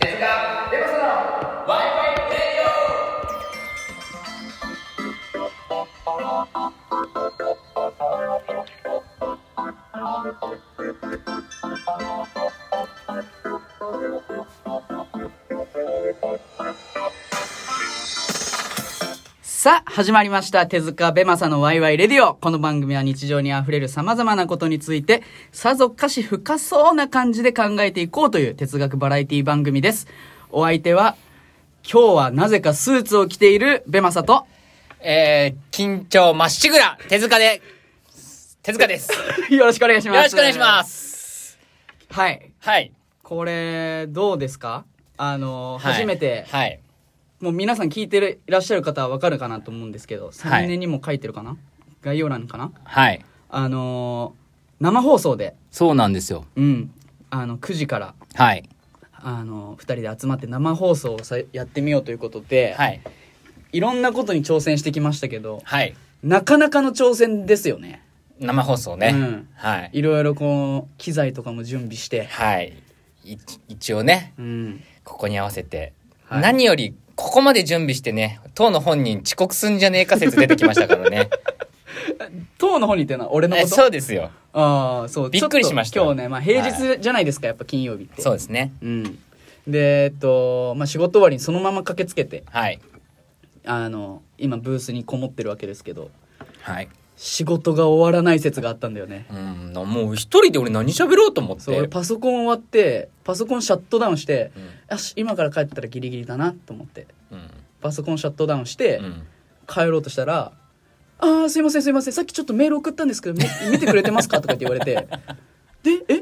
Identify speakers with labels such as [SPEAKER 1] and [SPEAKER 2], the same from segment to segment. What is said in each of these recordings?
[SPEAKER 1] 手塚レバスの w i f i レ
[SPEAKER 2] さあ始まりました手塚ベマサのワイワイレディオこの番組は日常にあふれるさまざまなことについてさぞかし深そうな感じで考えていこうという哲学バラエティ番組ですお相手は今日はなぜかスーツを着ているベマサと
[SPEAKER 3] えー、緊張まっしぐら、手塚で、手塚です。よ
[SPEAKER 2] よろしくお願いします
[SPEAKER 3] ろしくお願いしますす。
[SPEAKER 2] はい
[SPEAKER 3] はい。
[SPEAKER 2] これどうですかあの、
[SPEAKER 3] はい
[SPEAKER 2] 初めて、
[SPEAKER 3] はい。
[SPEAKER 2] もう皆さん聞いてるいらっしゃる方はわかるかなと思うんですけど3年にも書いてるかな、概要欄かな
[SPEAKER 3] はい。
[SPEAKER 2] あの生放送で
[SPEAKER 3] そうなんですよ。
[SPEAKER 2] うん、あの9時から
[SPEAKER 3] はい。
[SPEAKER 2] あの2人で集まって生放送をさやってみようということで、、
[SPEAKER 3] はいい。
[SPEAKER 2] ろんなことに挑戦してきましたけど
[SPEAKER 3] はい。
[SPEAKER 2] なかなかの挑戦ですよね
[SPEAKER 3] 生放送ね。
[SPEAKER 2] うん
[SPEAKER 3] はい。
[SPEAKER 2] いろいろこう機材とかも準備して、
[SPEAKER 3] はい。い一応ね、
[SPEAKER 2] うん、
[SPEAKER 3] ここに合わせて。
[SPEAKER 2] はい
[SPEAKER 3] 何より、ここまで準備してね、当の本人遅刻すんじゃねえか説出てきましたか らね。
[SPEAKER 2] 当の方にっていうのは俺のこ
[SPEAKER 3] え
[SPEAKER 2] と
[SPEAKER 3] そうですよ。
[SPEAKER 2] ああそう
[SPEAKER 3] びっくりしました
[SPEAKER 2] ちょっと今日ね、まあ、平日じゃないですか、やっぱ金曜日って
[SPEAKER 3] そうですね。
[SPEAKER 2] うんでえっと、まあ、仕事終わりにそのまま駆けつけて
[SPEAKER 3] はい。
[SPEAKER 2] あの今ブースにこもってるわけですけど
[SPEAKER 3] はい。
[SPEAKER 2] 仕事が終わらない説があったんだよね
[SPEAKER 3] うん、なもう一人で俺何喋ろうと思って。
[SPEAKER 2] そう俺パソコン終わってパソコンシャットダウンして、
[SPEAKER 3] うん
[SPEAKER 2] よし今から帰ったらギリギリだなと思って
[SPEAKER 3] うん。
[SPEAKER 2] パソコンシャットダウンして、
[SPEAKER 3] うん。
[SPEAKER 2] 帰ろうとしたら「あーすいませんすいませんさっきちょっとメール送ったんですけどみ見てくれてますか?」とかって言われ て「でえ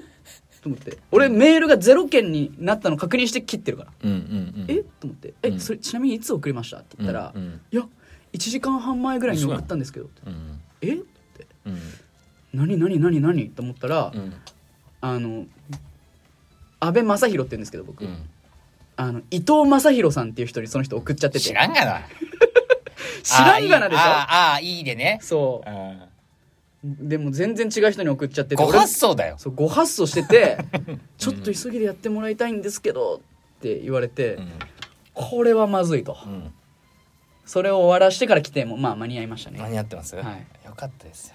[SPEAKER 2] と思って俺メールが0件になったの確認して切ってるから
[SPEAKER 3] うん。うん
[SPEAKER 2] 「
[SPEAKER 3] うん
[SPEAKER 2] えと思って「え
[SPEAKER 3] うん
[SPEAKER 2] それちなみにいつ送りました?」って言ったら「
[SPEAKER 3] うんうん
[SPEAKER 2] いや1時間半前ぐらいに送ったんですけど」
[SPEAKER 3] うん。
[SPEAKER 2] えって
[SPEAKER 3] うん。
[SPEAKER 2] 何何何何?」と思ったら、
[SPEAKER 3] うん。
[SPEAKER 2] あの阿部正弘って言うんですけど僕、
[SPEAKER 3] うん。
[SPEAKER 2] あの伊藤正弘さんっていう人にその人送っちゃってて
[SPEAKER 3] 知らんがな。
[SPEAKER 2] 知らんがなでしょ
[SPEAKER 3] あーあー、いいでね。
[SPEAKER 2] そうでも全然違う人に送っちゃってて
[SPEAKER 3] ご
[SPEAKER 2] 俺
[SPEAKER 3] 発想だよ。
[SPEAKER 2] そうご発想して てちょっと急ぎでやってもらいたいんですけどって言われて、
[SPEAKER 3] うん。
[SPEAKER 2] これはまずいと
[SPEAKER 3] うん。
[SPEAKER 2] それを終わらしてから来てもまあ間に合いましたね、
[SPEAKER 3] 間に合ってますよ
[SPEAKER 2] はい
[SPEAKER 3] かったですよ。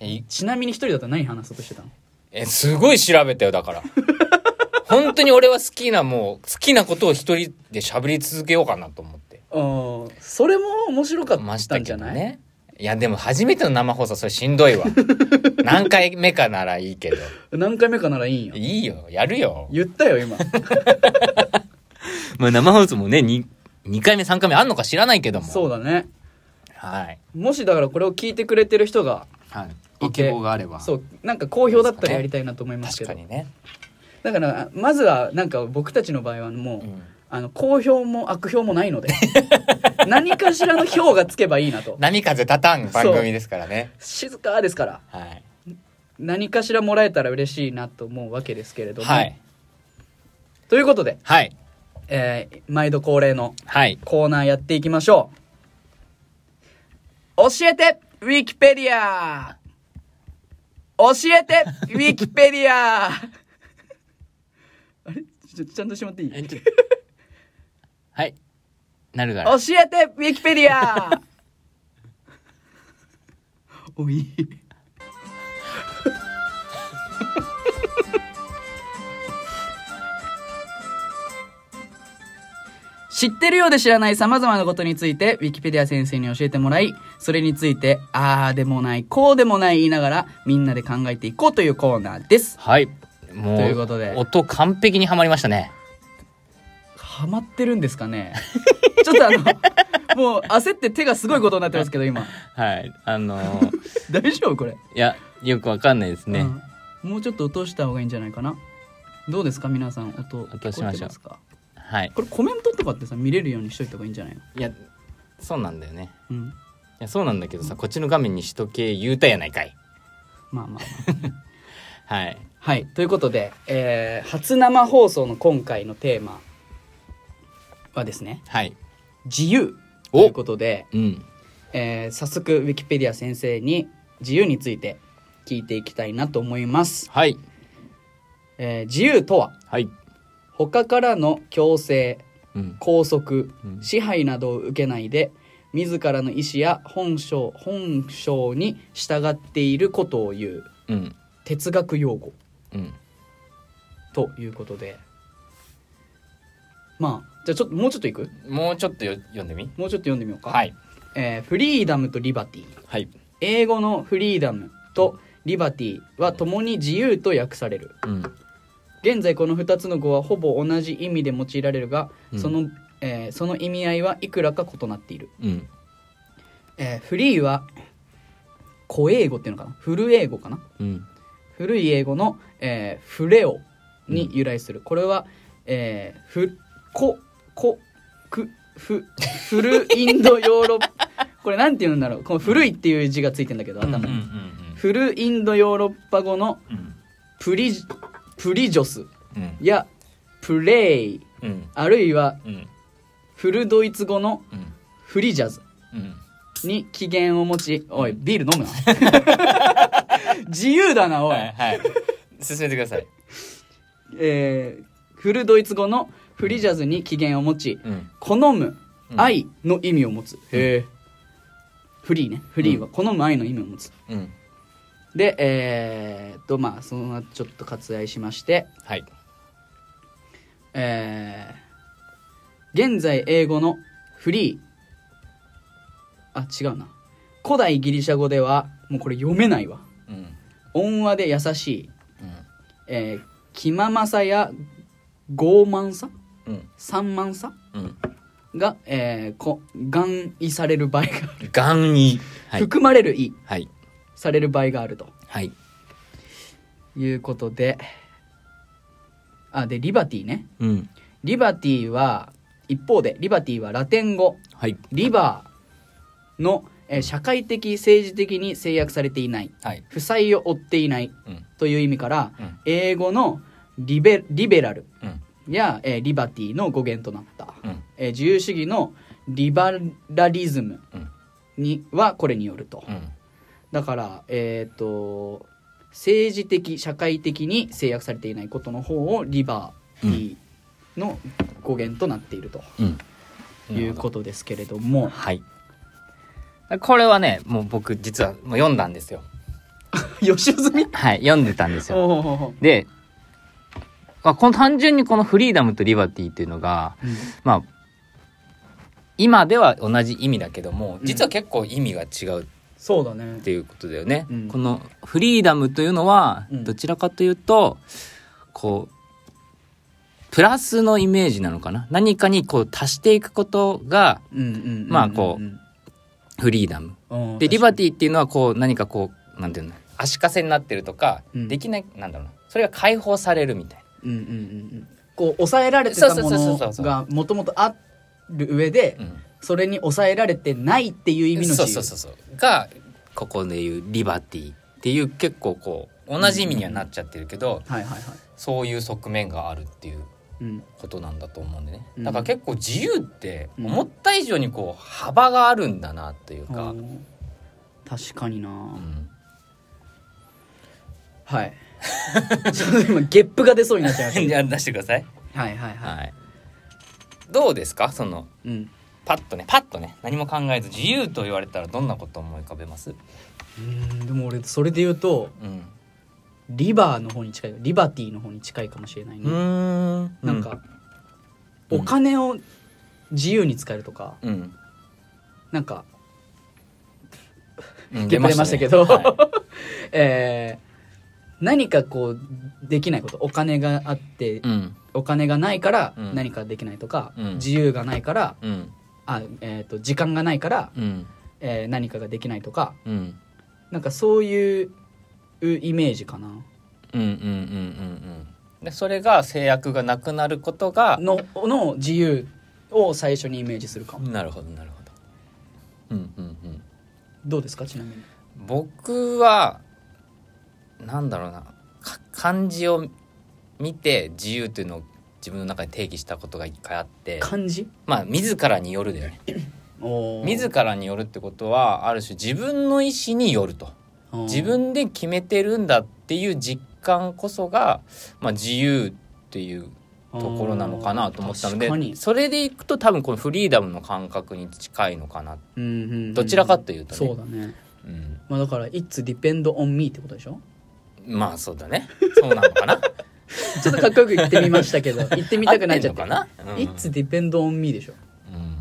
[SPEAKER 3] え、い
[SPEAKER 2] ちなみに一人だったら何話そうとしてたの
[SPEAKER 3] えすごい調べたよ、だから。 本当に俺は好きな、もう、好きなことを一人で喋り続けようかなと思って。
[SPEAKER 2] あーそれも面白か
[SPEAKER 3] ま
[SPEAKER 2] っ
[SPEAKER 3] したた
[SPEAKER 2] んじ
[SPEAKER 3] け
[SPEAKER 2] ゃ
[SPEAKER 3] ど
[SPEAKER 2] ない、
[SPEAKER 3] ね。いや、でも初めての生放送、それしんど いわ。何回目かならいいけど。
[SPEAKER 2] 何回目かならいいんよ
[SPEAKER 3] いいよ、やるよ。
[SPEAKER 2] 言ったよ 今
[SPEAKER 3] まあ生放送もね、に2回目、3回目あんのか知らないけども。
[SPEAKER 2] そうだね
[SPEAKER 3] はい。
[SPEAKER 2] もしだからこれを聞いてくれてる人が
[SPEAKER 3] はい。
[SPEAKER 2] ご希望
[SPEAKER 3] があれば
[SPEAKER 2] そうなんか好評だったらやりたいなと思いますけ
[SPEAKER 3] 確
[SPEAKER 2] ど
[SPEAKER 3] かにね。
[SPEAKER 2] だからまずはなんか僕たちの場合はもう、
[SPEAKER 3] うん
[SPEAKER 2] あの好評も悪評もないので 何かしらの評がつけばいいなと
[SPEAKER 3] 波風立たん番組ですからね。
[SPEAKER 2] 静かですから
[SPEAKER 3] はい。
[SPEAKER 2] 何かしらもらえたら嬉しいなと思うわけですけれども、
[SPEAKER 3] はい。
[SPEAKER 2] ということで、
[SPEAKER 3] はい。
[SPEAKER 2] えー毎度恒例の
[SPEAKER 3] はい。
[SPEAKER 2] コーナーやっていきましょう教えてウィキペディア教えてウィキペディア あれちょちゃんとしまっていい教
[SPEAKER 3] はい。なるか。
[SPEAKER 2] えてウィキペディア おい 知ってるようで知らない様々なことについて、ウィキペディア先生に教えてもらい、それについて、あーでもない、こうでもない言いながら、みんなで考えていこうというコーナーです。
[SPEAKER 3] はい。もう、
[SPEAKER 2] ということで
[SPEAKER 3] 音完璧にはまりましたね。
[SPEAKER 2] ハマってるんですか ねちょっとあの、もう焦って手がすごいことになってますけど、今。
[SPEAKER 3] はい。あのー
[SPEAKER 2] 大丈夫これ。
[SPEAKER 3] いや、よくわかんないですね。
[SPEAKER 2] うんもうちょっと落とした方がいいんじゃないかな。どうですか皆さん、音、
[SPEAKER 3] 落としましょ
[SPEAKER 2] 聞こえ
[SPEAKER 3] う
[SPEAKER 2] てすか
[SPEAKER 3] はい。
[SPEAKER 2] これコメントとかってさ、見れるようにしといた方がいいんじゃないの
[SPEAKER 3] いや、そうなんだよね。
[SPEAKER 2] うん。
[SPEAKER 3] いや、そうなんだけどさ、こっちの画面にしとけ言うたやないかい。
[SPEAKER 2] まあまあまあ。
[SPEAKER 3] はい。
[SPEAKER 2] はい、ということで、えー初生放送の今回のテーマはですね
[SPEAKER 3] はい。
[SPEAKER 2] 「自由」
[SPEAKER 3] お
[SPEAKER 2] ということで、
[SPEAKER 3] うん。
[SPEAKER 2] えー早速ウィキペディア先生に自由について聞いていきたいなと思います。
[SPEAKER 3] はい。
[SPEAKER 2] えー自由とは
[SPEAKER 3] はい。
[SPEAKER 2] 他からの強制
[SPEAKER 3] うん
[SPEAKER 2] 拘束
[SPEAKER 3] うん
[SPEAKER 2] 支配などを受けないで自らの意思や本性本性に従っていることを言う
[SPEAKER 3] うん
[SPEAKER 2] 哲学用語
[SPEAKER 3] うん
[SPEAKER 2] ということでまあじゃあちょっともうちょっといく
[SPEAKER 3] もうちょっとよ読んでみ
[SPEAKER 2] もうちょっと読んでみようか、
[SPEAKER 3] はい
[SPEAKER 2] えーフリーダムとリバティ
[SPEAKER 3] はい
[SPEAKER 2] 英語のフリーダムとリバティは共に自由と訳される
[SPEAKER 3] うん
[SPEAKER 2] 現在この2つの語はほぼ同じ意味で用いられるが、
[SPEAKER 3] うん
[SPEAKER 2] そのえーその意味合いはいくらか異なっている、
[SPEAKER 3] うん
[SPEAKER 2] えーフリーは古英語っていうのかな古英語かな
[SPEAKER 3] うん
[SPEAKER 2] 古い英語の、えーフレオに由来する、これは、えーフココクフ古インドヨーロッ パこれなんて言うんだろうこの古いっていう字がついてんだけど頭に、
[SPEAKER 3] うん
[SPEAKER 2] 古インドヨーロッパ語の
[SPEAKER 3] うん
[SPEAKER 2] プリプリジョス
[SPEAKER 3] うん
[SPEAKER 2] やプレイ
[SPEAKER 3] うん
[SPEAKER 2] あるいは
[SPEAKER 3] うん
[SPEAKER 2] 古ドイツ語の
[SPEAKER 3] うん
[SPEAKER 2] フリジャズ
[SPEAKER 3] うん
[SPEAKER 2] に起源を持ちおいビール飲むな 自由だなおい、
[SPEAKER 3] はいはい 進めてください
[SPEAKER 2] えー古ドイツ語のフリジャズに起源を持ち
[SPEAKER 3] うん
[SPEAKER 2] 好む
[SPEAKER 3] うん
[SPEAKER 2] 愛の意味を持つ、へえフリーねフリーは好む愛の意味を持つ
[SPEAKER 3] うん
[SPEAKER 2] でえー、っとまあそのちょっと割愛しまして
[SPEAKER 3] はい
[SPEAKER 2] えー現在英語のフリーあ違うな古代ギリシャ語ではもうこれ読めないわ
[SPEAKER 3] うん
[SPEAKER 2] 音話で優しい、
[SPEAKER 3] うん
[SPEAKER 2] えー気ままさや傲慢さ
[SPEAKER 3] うん
[SPEAKER 2] 散漫さ
[SPEAKER 3] うん
[SPEAKER 2] が、えーこ含意される場合がある、
[SPEAKER 3] 願意はい
[SPEAKER 2] 含まれる意
[SPEAKER 3] はい
[SPEAKER 2] される場合があると
[SPEAKER 3] はい
[SPEAKER 2] いうことであでリバティね
[SPEAKER 3] うん
[SPEAKER 2] リバティは一方でリバティはラテン語
[SPEAKER 3] はい
[SPEAKER 2] リバーの、えー社会的政治的に制約されていない
[SPEAKER 3] はい
[SPEAKER 2] 負債を負っていない
[SPEAKER 3] うん
[SPEAKER 2] という意味から、
[SPEAKER 3] うん
[SPEAKER 2] 英語のリベリベラル
[SPEAKER 3] うん
[SPEAKER 2] や、えーリバティの語源となった、
[SPEAKER 3] うん
[SPEAKER 2] えー自由主義のリバラリズム
[SPEAKER 3] うん
[SPEAKER 2] にはこれによると、
[SPEAKER 3] うん
[SPEAKER 2] だからえっ、と政治的社会的に制約されていないことの方をリバティの語源となっていると
[SPEAKER 3] うん
[SPEAKER 2] いうことですけれども、
[SPEAKER 3] はいこれはねもう僕実はもう読んだんですよ
[SPEAKER 2] 吉住
[SPEAKER 3] はい読んでたんですよ
[SPEAKER 2] おうおうおう
[SPEAKER 3] で、まあ、この単純にこのフリーダムとリバティっていうのがまあ今では同じ意味だけども実は結構意味が違うっ
[SPEAKER 2] そうだね
[SPEAKER 3] ていうことだよね、
[SPEAKER 2] うん
[SPEAKER 3] このフリーダムというのは
[SPEAKER 2] うん
[SPEAKER 3] どちらかというと、こうプラスのイメージなのかな何かにこう足していくことが
[SPEAKER 2] うんうんうんうん
[SPEAKER 3] まあこフリーダム
[SPEAKER 2] うん
[SPEAKER 3] でリバティっていうのはこう何かこうなんていうの足かせになってるとか、
[SPEAKER 2] うん
[SPEAKER 3] できないなんだろうなそれが解放されるみたい
[SPEAKER 2] うんうんうんうんこう抑えられてたも
[SPEAKER 3] そうそうそう
[SPEAKER 2] の
[SPEAKER 3] そうそう
[SPEAKER 2] がもともとある上で、
[SPEAKER 3] な、
[SPEAKER 2] それに抑えられてないっていう意味の自
[SPEAKER 3] そ
[SPEAKER 2] 由
[SPEAKER 3] うそうそうそうがここでいうリバティっていう結構こう同じ意味にはなっちゃってるけど、
[SPEAKER 2] はいはいはい、
[SPEAKER 3] そういう側面があるっていう
[SPEAKER 2] うん、
[SPEAKER 3] ことなんだと思うんでね、
[SPEAKER 2] うん
[SPEAKER 3] だから結構自由って
[SPEAKER 2] うん
[SPEAKER 3] 思った以上にこう幅があるんだなというか、うん
[SPEAKER 2] 確かにな、はい ちょっと今ゲップが出そうになっちゃいまし
[SPEAKER 3] じゃあ出してください、
[SPEAKER 2] たはいはいはい、
[SPEAKER 3] はい、どうですかその
[SPEAKER 2] うん
[SPEAKER 3] パッとねパッとね何も考えず自由と言われたらどんなことを思い浮かべます
[SPEAKER 2] うんでも俺それで言うと
[SPEAKER 3] うん
[SPEAKER 2] リバーの方に近いリバティの方に近いかもしれないね、
[SPEAKER 3] ん
[SPEAKER 2] なんか、お金を自由に使えるとか、
[SPEAKER 3] うん、
[SPEAKER 2] なんか
[SPEAKER 3] うん
[SPEAKER 2] ゲップ出ましたけど、
[SPEAKER 3] は
[SPEAKER 2] えー何かこうできないことお金があって、
[SPEAKER 3] いうん
[SPEAKER 2] お金がないから
[SPEAKER 3] うん
[SPEAKER 2] 何かできないとか、
[SPEAKER 3] うん
[SPEAKER 2] 自由がないから
[SPEAKER 3] うん
[SPEAKER 2] あ、えー、と時間がないから、
[SPEAKER 3] うん
[SPEAKER 2] えー何かができないとか
[SPEAKER 3] うんうん
[SPEAKER 2] なんかそういうイメージかな
[SPEAKER 3] うんうんうんうんでそれが制約がなくなることが
[SPEAKER 2] のの自由を最初にイメージするかも
[SPEAKER 3] なるほどなるほどうんうんうん
[SPEAKER 2] どうですかちなみに
[SPEAKER 3] 僕はなんだろうなか漢字を見て自由というのを自分の中で定義したことが一回あって
[SPEAKER 2] 漢字
[SPEAKER 3] まあ自らによるだよね
[SPEAKER 2] おー
[SPEAKER 3] 自らによるってことはある種自分の意思によると
[SPEAKER 2] おー
[SPEAKER 3] 自分で決めてるんだっていう実感こそが、まあ、自由っていうところなのかなと思ったの
[SPEAKER 2] あー確かに
[SPEAKER 3] でそれでいくと多分このフリーダムの感覚に近いのかな、
[SPEAKER 2] うんうんうん
[SPEAKER 3] どちらかというとね
[SPEAKER 2] そうだね
[SPEAKER 3] うん、
[SPEAKER 2] まあだから「It's depend on me」ってことでしょ
[SPEAKER 3] まあそうだねそうな のかな
[SPEAKER 2] ちょっとかっこよく言ってみましたけど言ってみたくなっちゃって
[SPEAKER 3] 合ってんのかなうん
[SPEAKER 2] It's depend on me でしょ
[SPEAKER 3] うん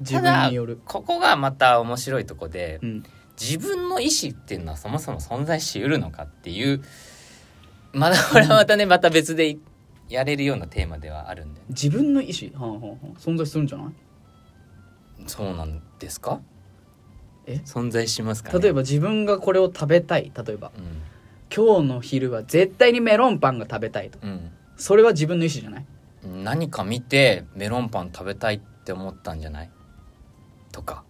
[SPEAKER 2] 自分による
[SPEAKER 3] ただここがまた面白いとこで、
[SPEAKER 2] うん
[SPEAKER 3] 自分の意思っていうのはそもそも存在しうるのかっていうまだこれはまたねまた別でやれるようなテーマではあるんで
[SPEAKER 2] 自分の意思はあはあはあ存在するんじゃない
[SPEAKER 3] そうなんですか
[SPEAKER 2] え
[SPEAKER 3] 存在しますか、ね、
[SPEAKER 2] 例え
[SPEAKER 3] ば、
[SPEAKER 2] ば自分がこれを食べたい例えば
[SPEAKER 3] うん
[SPEAKER 2] 今日の昼は絶対にメロンパンが食べたいと
[SPEAKER 3] うん
[SPEAKER 2] それは自分の意思じゃない
[SPEAKER 3] 何か見てメロンパン食べたいって思ったんじゃないとか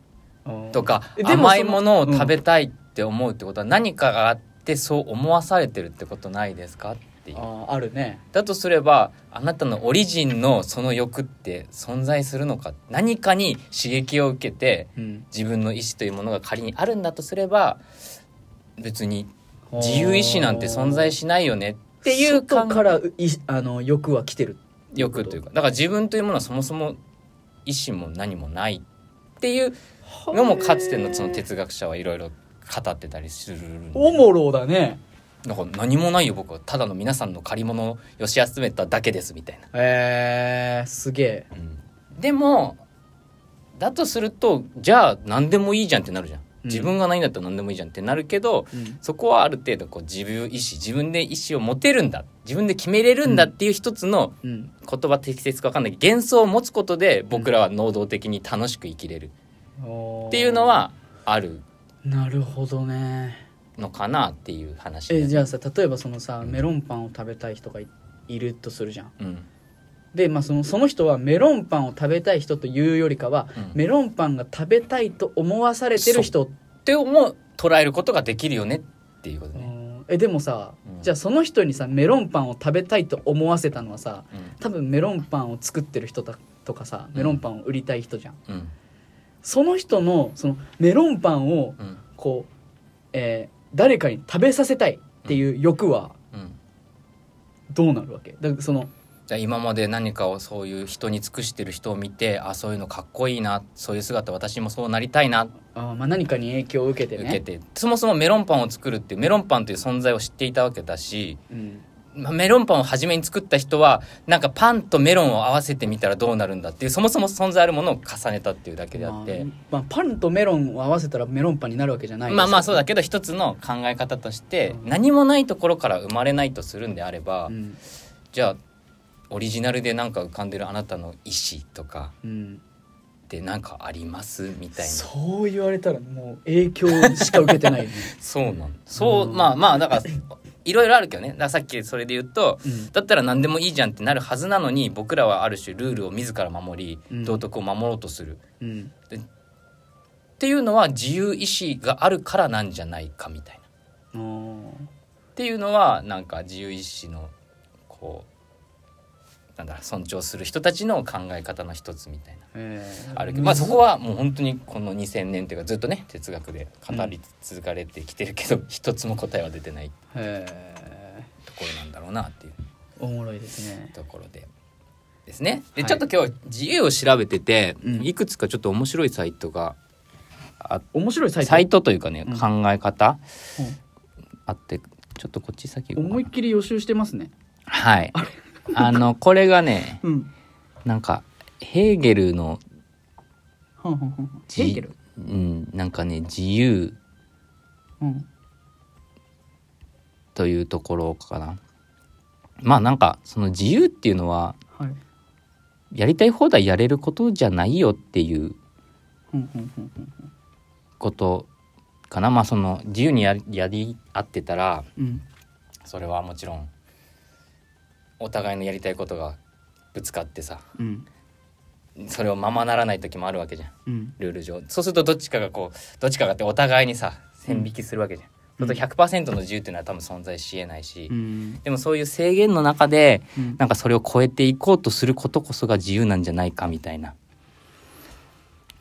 [SPEAKER 3] とか
[SPEAKER 2] えでもその
[SPEAKER 3] 甘いものを食
[SPEAKER 2] う
[SPEAKER 3] べたいって思うってことは何かがあってそう思わされてるってことないですかってい
[SPEAKER 2] ん
[SPEAKER 3] う
[SPEAKER 2] あーあるね
[SPEAKER 3] だとすればあなたのオリジンのその欲って存在するのか何かに刺激を受けて
[SPEAKER 2] うん
[SPEAKER 3] 自分の意思というものが仮にあるんだとすれば別に自由意志なんて存在しないよね
[SPEAKER 2] っ
[SPEAKER 3] っ
[SPEAKER 2] てて
[SPEAKER 3] い
[SPEAKER 2] いう
[SPEAKER 3] う
[SPEAKER 2] か
[SPEAKER 3] 感
[SPEAKER 2] からういあの欲は来てる
[SPEAKER 3] 欲というかだから自分というものはそもそも意思も何もないっていうのもかつてのその哲学者はいろいろ語ってたりするんで
[SPEAKER 2] おもろだね
[SPEAKER 3] なんか何もないよ僕はただの皆さんの借り物をよし集めただけですみたいな。
[SPEAKER 2] えー、すげえ
[SPEAKER 3] でもだとするとじゃあ何でもいいじゃんってなるじゃん自分がないんだったら何でもいいじゃんってなるけど、
[SPEAKER 2] うん
[SPEAKER 3] そこはある程度こう自分意思自分で意思を持てるんだ自分で決めれるんだっていう一つの
[SPEAKER 2] うん
[SPEAKER 3] 言葉適切か分かんないけど幻想を持つことで僕らは能動的に楽しく生きれるっていうのはある
[SPEAKER 2] なるほどね
[SPEAKER 3] のかなっていう話
[SPEAKER 2] えじ
[SPEAKER 3] ゃ
[SPEAKER 2] ゃあさ例えばそのさメロンパンを食べたい人がいいるとするじゃん
[SPEAKER 3] うん
[SPEAKER 2] で、まあ、そのその人はメロンパンを食べたい人というよりかは、
[SPEAKER 3] うん
[SPEAKER 2] メロンパンが食べたいと思わされてる人
[SPEAKER 3] って思う捉えることができるよねっていうこと
[SPEAKER 2] う
[SPEAKER 3] ね、
[SPEAKER 2] んえでもさ、
[SPEAKER 3] うん
[SPEAKER 2] じゃあその人にさメロンパンを食べたいと思わせたのはさ多分メロンパンを作ってる人だとかさメロンパンを売りたい人じゃん、
[SPEAKER 3] うんうん
[SPEAKER 2] その人のそのメロンパンを
[SPEAKER 3] うん
[SPEAKER 2] こう、えー誰かに食べさせたいっていう欲は
[SPEAKER 3] うん
[SPEAKER 2] どうなるわけだからその
[SPEAKER 3] じゃあ今まで何かをそういう人に尽くしてる人を見てあそういうのかっこいいなそういう姿私もそうなりたいなって
[SPEAKER 2] あー、まあ、何かに影響を受けて
[SPEAKER 3] 受
[SPEAKER 2] ね
[SPEAKER 3] けて、そもそもメロンパンを作るっていうメロンパンという存在を知っていたわけだし、
[SPEAKER 2] うん
[SPEAKER 3] まあ、メロンパンを初めに作った人はなんかパンとメロンを合わせてみたらどうなるんだっていうそもそも存在あるものを重ねたっていうだけであって、
[SPEAKER 2] まあまあパンとメロンを合わせたらメロンパンになるわけじゃないです
[SPEAKER 3] まあまあそうだけど一つの考え方として何もないところから生まれないとするんであれば、
[SPEAKER 2] うん、
[SPEAKER 3] じゃあオリジナルでなんか浮かんでるあなたの意思とか
[SPEAKER 2] うん、
[SPEAKER 3] ってなんかありますみたいな。
[SPEAKER 2] そう言われたらもう影響しか受けて ないよね、
[SPEAKER 3] そうなんそう、
[SPEAKER 2] うん
[SPEAKER 3] まあまあだからいろいろあるけどねだからさっきそれで言うと、
[SPEAKER 2] うん
[SPEAKER 3] だったら何でもいいじゃんってなるはずなのに僕らはある種ルールを自ら守
[SPEAKER 2] う
[SPEAKER 3] り
[SPEAKER 2] ん
[SPEAKER 3] 道徳を守ろうとする、っ
[SPEAKER 2] うん、
[SPEAKER 3] ていうのは自由意志があるからなんじゃないかみたいな。
[SPEAKER 2] あー
[SPEAKER 3] っていうのはなんか自由意志のこうなんだろう尊重する人たちの考え方の一つみたいな。
[SPEAKER 2] えー
[SPEAKER 3] あるけど、まあ、そこはもう本当にこの2000年というかずっとね哲学で語り続かれてきてるけど、一つも答えは出てない
[SPEAKER 2] へ
[SPEAKER 3] ところなんだろうなっていう
[SPEAKER 2] ーおもろいですね
[SPEAKER 3] ところでですね。で、
[SPEAKER 2] はい
[SPEAKER 3] ちょっと今日自由を調べてて、
[SPEAKER 2] うん
[SPEAKER 3] いくつかちょっと面白いサイトが
[SPEAKER 2] 面白いサイト
[SPEAKER 3] サイトというかね、
[SPEAKER 2] うん
[SPEAKER 3] 考え方あってちょっとこっち先
[SPEAKER 2] うん
[SPEAKER 3] 行こうかな
[SPEAKER 2] 思いっきり予習してますね
[SPEAKER 3] はい。あのこれがね
[SPEAKER 2] うん
[SPEAKER 3] なんかヘーゲルの
[SPEAKER 2] はんはんはんはん
[SPEAKER 3] じ
[SPEAKER 2] ヘーゲル、
[SPEAKER 3] うん、なんかね自由
[SPEAKER 2] うん、
[SPEAKER 3] というところかな。まあなんかその自由っていうのは
[SPEAKER 2] はい
[SPEAKER 3] やりたい放題やれることじゃないよっていう
[SPEAKER 2] ふんふんふんふん
[SPEAKER 3] ことかなまあその自由にやりやり合ってたら
[SPEAKER 2] うん
[SPEAKER 3] それはもちろんお互いのやりたいことがぶつかってさ
[SPEAKER 2] うん
[SPEAKER 3] それをままならない時もあるわけじゃん
[SPEAKER 2] うん
[SPEAKER 3] ルール上そうするとどっちかがこうどっちかがってお互いにさ線引きするわけじゃん、
[SPEAKER 2] うん
[SPEAKER 3] そうすると100%の自由っていうのは多分存在しえないし、
[SPEAKER 2] うん
[SPEAKER 3] でもそういう制限の中で
[SPEAKER 2] うん
[SPEAKER 3] なんかそれを超えていこうとすることこそが自由なんじゃないかみたいな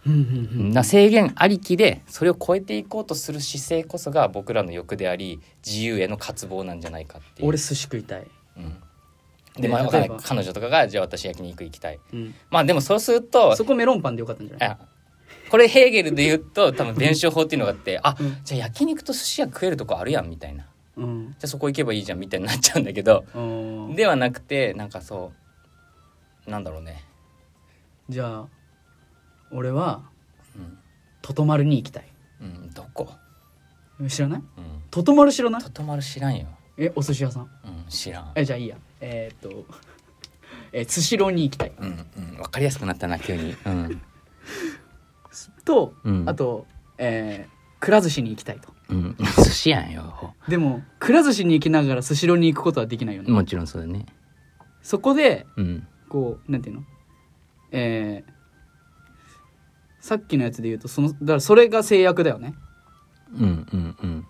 [SPEAKER 2] うんうん
[SPEAKER 3] な制限ありきでそれを超えていこうとする姿勢こそが僕らの欲であり自由への渇望なんじゃないかっていう
[SPEAKER 2] 俺寿司食いたい
[SPEAKER 3] うん、で、まあ、
[SPEAKER 2] ね
[SPEAKER 3] わかんない
[SPEAKER 2] 例えば
[SPEAKER 3] 彼女とかがじゃあ私焼肉行きたい
[SPEAKER 2] うん、
[SPEAKER 3] まあでもそうすると
[SPEAKER 2] そこメロンパンでよかったんじゃない
[SPEAKER 3] あこれヘーゲルで言うと多分弁証法っていうのがあってあ
[SPEAKER 2] うん
[SPEAKER 3] じゃあ焼肉と寿司屋食えるとこあるやんみたいなじ
[SPEAKER 2] うん
[SPEAKER 3] ゃあそこ行けばいいじゃんみたいになっちゃうんだけど
[SPEAKER 2] うん
[SPEAKER 3] ではなくてなんかそうなんだろうね
[SPEAKER 2] じゃあ俺は
[SPEAKER 3] うん、
[SPEAKER 2] ととまるに行きたい
[SPEAKER 3] うん、どこ、
[SPEAKER 2] 知らない
[SPEAKER 3] うん、
[SPEAKER 2] ととまる知らない
[SPEAKER 3] ととまる知らんよ、
[SPEAKER 2] えお寿司屋さん
[SPEAKER 3] うん、知らん
[SPEAKER 2] えじゃあいいやえー、っと えースシローに行きたい
[SPEAKER 3] うんうん、分かりやすくなったな急に、うん
[SPEAKER 2] と、
[SPEAKER 3] うん
[SPEAKER 2] あとえー、くら寿司に行きたいと
[SPEAKER 3] うん、寿司やんよ
[SPEAKER 2] でもくら寿司に行きながらスシローに行くことはできないよね、
[SPEAKER 3] もちろんそうだね
[SPEAKER 2] そこで
[SPEAKER 3] うん
[SPEAKER 2] こうなんていうのえー、さっきのやつで言うとそのだからそれが制約だよね
[SPEAKER 3] うんうんうん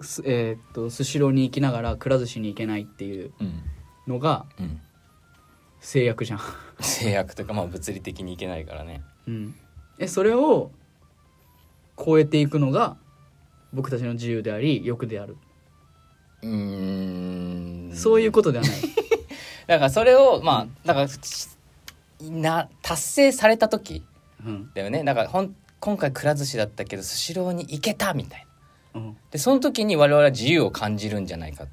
[SPEAKER 2] すえーっとスシローに行きながらくら寿司に行けないっていう
[SPEAKER 3] うん
[SPEAKER 2] のが
[SPEAKER 3] うん
[SPEAKER 2] 制約じゃん、
[SPEAKER 3] 制約というかまあ物理的にいけないからね
[SPEAKER 2] うん、えそれを超えていくのが僕たちの自由であり欲である、
[SPEAKER 3] うーん
[SPEAKER 2] そういうことで はない
[SPEAKER 3] だからそれをまあだからな達成された時
[SPEAKER 2] うん
[SPEAKER 3] だよねだからほん今回くら寿司だったけどスシローに行けたみたいな
[SPEAKER 2] うん
[SPEAKER 3] でその時に我々は自由を感じるんじゃないかっ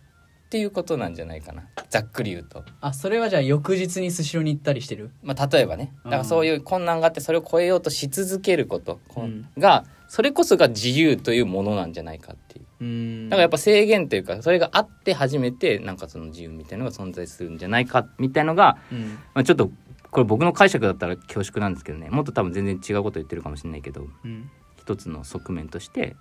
[SPEAKER 3] ていうことなんじゃないかなざっくり言うと、
[SPEAKER 2] あそれはじゃあ翌日にスシローに行ったりしてる
[SPEAKER 3] まあ、例えばねだからそういう困難があってそれを超えようとし続けることこんがそれこそが自由というものなんじゃないかっていう
[SPEAKER 2] うん
[SPEAKER 3] だからやっぱ制限というかそれがあって初めてなんかその自由みたいのが存在するんじゃないかみたいのが、
[SPEAKER 2] うん
[SPEAKER 3] まあ、ちょっとこれ僕の解釈だったら恐縮なんですけどねもっと多分全然違うこと言ってるかもしれないけど
[SPEAKER 2] うん
[SPEAKER 3] 一つの側面として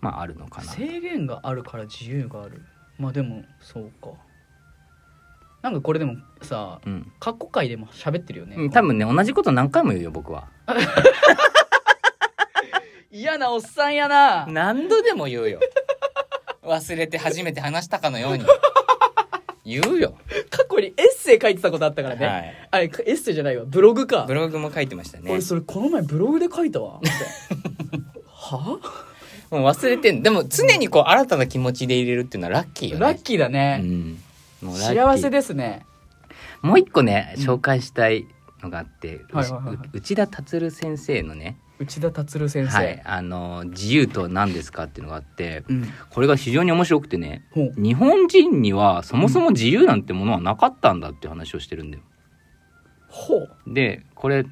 [SPEAKER 3] まああるのかな。
[SPEAKER 2] 制限があるから自由があるまあでもそうかなんかこれでもさ
[SPEAKER 3] うん
[SPEAKER 2] 過去回でも喋ってるよね、
[SPEAKER 3] うん、多分ね同じこと何回も言うよ僕は
[SPEAKER 2] 嫌なおっさんやな
[SPEAKER 3] 何度でも言うよ忘れて初めて話したかのように言うよ、
[SPEAKER 2] 過去にエッセイ書いてたことあったからね、
[SPEAKER 3] はい
[SPEAKER 2] あれエッセイじゃないわブログか
[SPEAKER 3] ブログも書いてましたね
[SPEAKER 2] 俺それこの前ブログで書いたわ みたいなは
[SPEAKER 3] もう忘れてんでも常にこう新たな気持ちで入れるっていうのはラッキーよね
[SPEAKER 2] ラッキーだ
[SPEAKER 3] う
[SPEAKER 2] ね、
[SPEAKER 3] ん、もうラッキー
[SPEAKER 2] 幸せですね
[SPEAKER 3] もう一個ね
[SPEAKER 2] うん
[SPEAKER 3] 紹介したいのがあって、う
[SPEAKER 2] はいはいはいはいう
[SPEAKER 3] 内田達先生のね、
[SPEAKER 2] 内田達郎先生、
[SPEAKER 3] はい、あの自由とは何ですかっていうのがあって
[SPEAKER 2] うん
[SPEAKER 3] これが非常に面白くてね
[SPEAKER 2] ほう
[SPEAKER 3] 日本人にはそもそも自由なんてものはなかったんだっていう話をしてるんだよ。
[SPEAKER 2] ほう
[SPEAKER 3] でこれ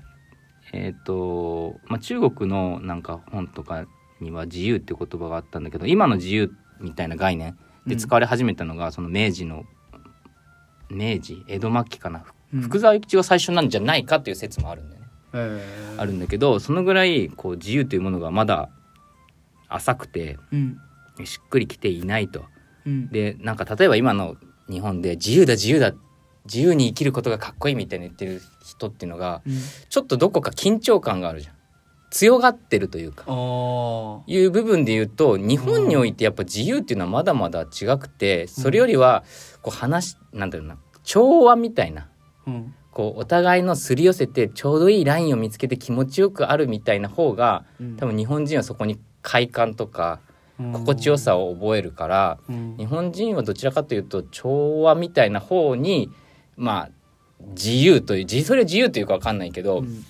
[SPEAKER 3] えっ、と、まあ、中国のなんか本とかには自由って言葉があったんだけど今の自由みたいな概念で使われ始めたのがその明治の明治江戸末期か
[SPEAKER 2] う
[SPEAKER 3] な、
[SPEAKER 2] ん
[SPEAKER 3] 福沢諭吉が最初なんじゃないかっていう説もあるんだよね、
[SPEAKER 2] えー
[SPEAKER 3] あるんだけどそのぐらいこう自由というものがまだ浅くて
[SPEAKER 2] うん
[SPEAKER 3] しっくりきていないと。
[SPEAKER 2] うん
[SPEAKER 3] でなんか例えば今の日本で自由だ自由だ自由に生きることがかっこいいみたいに言ってる人っていうのが
[SPEAKER 2] うん
[SPEAKER 3] ちょっとどこか緊張感があるじゃん強がってるというか
[SPEAKER 2] あー
[SPEAKER 3] いう部分で言うと日本においてやっぱ自由っていうのはまだまだ違くてそれよりはこう話なんだろうな調和みたいな
[SPEAKER 2] うん
[SPEAKER 3] こうお互いのすり寄せてちょうどいいラインを見つけて気持ちよくあるみたいな方が
[SPEAKER 2] うん
[SPEAKER 3] 多分日本人はそこに快感とか
[SPEAKER 2] うん
[SPEAKER 3] 心地よさを覚えるから
[SPEAKER 2] うん
[SPEAKER 3] 日本人はどちらかというと調和みたいな方にまあ自由という自それは自由というかわかんないけど、
[SPEAKER 2] うん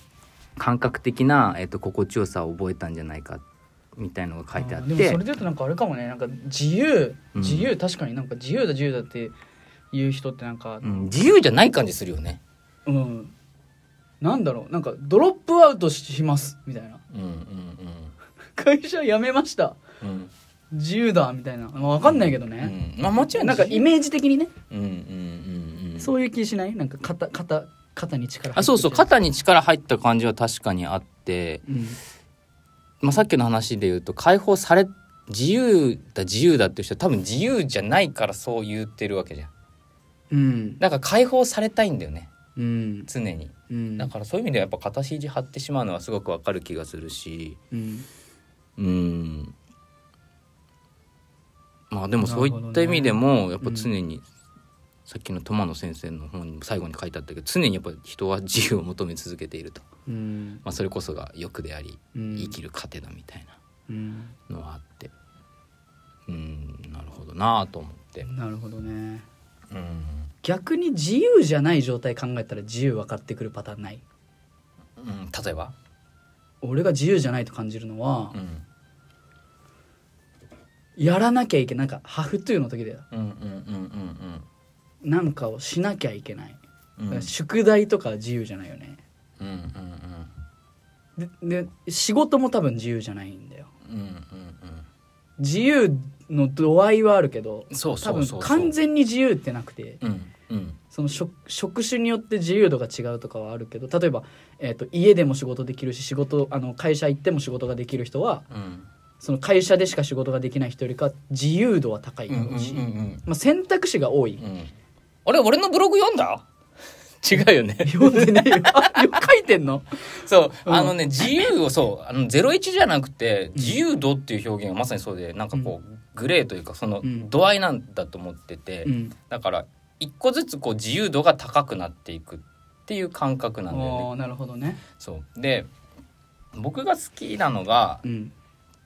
[SPEAKER 3] 感覚的な、えっと、心地よさを覚えたんじゃないかみたいのが書いてあっ
[SPEAKER 2] ーでも
[SPEAKER 3] て
[SPEAKER 2] それで言うとなんかあれかもねなんか自由
[SPEAKER 3] うん
[SPEAKER 2] 自由、確かになんか自由だ自由だっていう人ってなんか
[SPEAKER 3] うん、自由じゃない感じするよね。
[SPEAKER 2] うん、なんだろうなんかドロップアウトしますみたいな
[SPEAKER 3] うんうん
[SPEAKER 2] 会社辞めました
[SPEAKER 3] うんうん
[SPEAKER 2] 自由だみたいな、まあ、分かんないけど
[SPEAKER 3] う
[SPEAKER 2] ね、
[SPEAKER 3] んまあもちろん
[SPEAKER 2] なんかイメージ的にね、
[SPEAKER 3] うんうんうんうん
[SPEAKER 2] そういう気しないなんか肩肩肩に力入ってる
[SPEAKER 3] あそうそう肩に力入った感じは確かにあって、
[SPEAKER 2] うん
[SPEAKER 3] まあ、さっきの話で言うと解放され自由だ自由だっていう人は多分自由じゃないからそう言ってるわけじゃん。
[SPEAKER 2] うん
[SPEAKER 3] なんか解放されたいんだよね
[SPEAKER 2] うん
[SPEAKER 3] 常に
[SPEAKER 2] うん
[SPEAKER 3] だからそういう意味ではやっぱ片肘張ってしまうのはすごくわかる気がするし
[SPEAKER 2] うん
[SPEAKER 3] うんまあでも
[SPEAKER 2] なる
[SPEAKER 3] そう
[SPEAKER 2] ほ
[SPEAKER 3] い
[SPEAKER 2] どね
[SPEAKER 3] った意味でもやっぱ常に、さっきの友野先生の本にも最後に書いてあったけど常にやっぱ人は自由を求め続けていると、
[SPEAKER 2] うん
[SPEAKER 3] まあ、それこそが欲であり
[SPEAKER 2] うん
[SPEAKER 3] 生きる糧だみたい
[SPEAKER 2] うん
[SPEAKER 3] なのはあってうんなるほどなあと思って
[SPEAKER 2] なるほどね
[SPEAKER 3] うん
[SPEAKER 2] 逆に自由じゃない状態考えたら自由分かってくるパターンない
[SPEAKER 3] うん例えば、
[SPEAKER 2] 俺が自由じゃないと感じるのは、
[SPEAKER 3] うん、
[SPEAKER 2] やらなきゃいけないなんかハフトゥーの時だよ
[SPEAKER 3] うんうんうん
[SPEAKER 2] なんかをしなきゃいけない、
[SPEAKER 3] うんうんうん
[SPEAKER 2] 宿題とか自由じゃないよね
[SPEAKER 3] うんうん
[SPEAKER 2] でで仕事も多分自由じゃないんだよ
[SPEAKER 3] うんうんうん
[SPEAKER 2] 自由の度合いはあるけど
[SPEAKER 3] そう
[SPEAKER 2] 多
[SPEAKER 3] そう
[SPEAKER 2] 分
[SPEAKER 3] そうそう
[SPEAKER 2] 完全に自由ってなくて
[SPEAKER 3] うんうん
[SPEAKER 2] その職職種によって自由度が違うとかはあるけど例えば、えー、と家でも仕事できるし仕事あの会社行っても仕事ができる人は
[SPEAKER 3] うん
[SPEAKER 2] その会社でしか仕事ができない人よりか自由度は高い
[SPEAKER 3] うんうんうん
[SPEAKER 2] し、
[SPEAKER 3] うん
[SPEAKER 2] まあ、選択肢が多い、
[SPEAKER 3] うんあれ俺のブログ読んだ違うよね
[SPEAKER 2] 読んで ないよあよ書いてんの
[SPEAKER 3] そう、
[SPEAKER 2] うん
[SPEAKER 3] あのね、自由をそう、あの、ゼロ一じゃなくて、自由度っていう表現がまさにそうで、なんかこう、グレーというか、その
[SPEAKER 2] うん
[SPEAKER 3] 度合いなんだと思ってて、
[SPEAKER 2] うん
[SPEAKER 3] だから、一個ずつこう、自由度が高くなっていくっていう感覚なんだよ
[SPEAKER 2] お
[SPEAKER 3] ね。
[SPEAKER 2] ーなるほどね
[SPEAKER 3] そう。で、僕が好きなのが
[SPEAKER 2] う、ん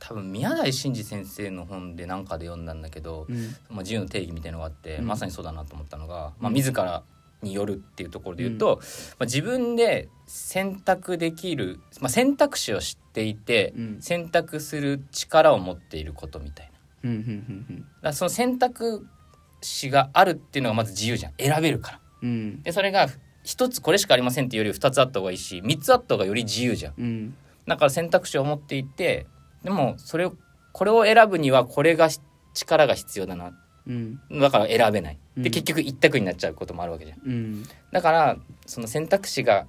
[SPEAKER 3] 多分宮台真司先生の本でなんかで読んだんだけど、
[SPEAKER 2] うん
[SPEAKER 3] まあ、自由の定義みたいのがあって、
[SPEAKER 2] うん
[SPEAKER 3] まさにそうだなと思ったのが、
[SPEAKER 2] う
[SPEAKER 3] まあ、
[SPEAKER 2] ん
[SPEAKER 3] 自らによるっていうところで言うと、まあ、自分で選択できる、まあ、選択肢を知っていて、
[SPEAKER 2] うん
[SPEAKER 3] 選択する力を持っていることみたいなだか
[SPEAKER 2] うんうんうん
[SPEAKER 3] らその選択肢があるっていうのがまず自由じゃん選べるから
[SPEAKER 2] うんうん
[SPEAKER 3] でそれが一つこれしかありませんっていうより二つあった方がいいし三つあった方がより自由じゃん
[SPEAKER 2] うん
[SPEAKER 3] だから選択肢を持っていてでもそれをこれを選ぶにはこれが力が必要だな
[SPEAKER 2] うん
[SPEAKER 3] だから選べない
[SPEAKER 2] うん
[SPEAKER 3] で結局一択になっちゃうこともあるわけじゃん
[SPEAKER 2] うん
[SPEAKER 3] だからその選択肢が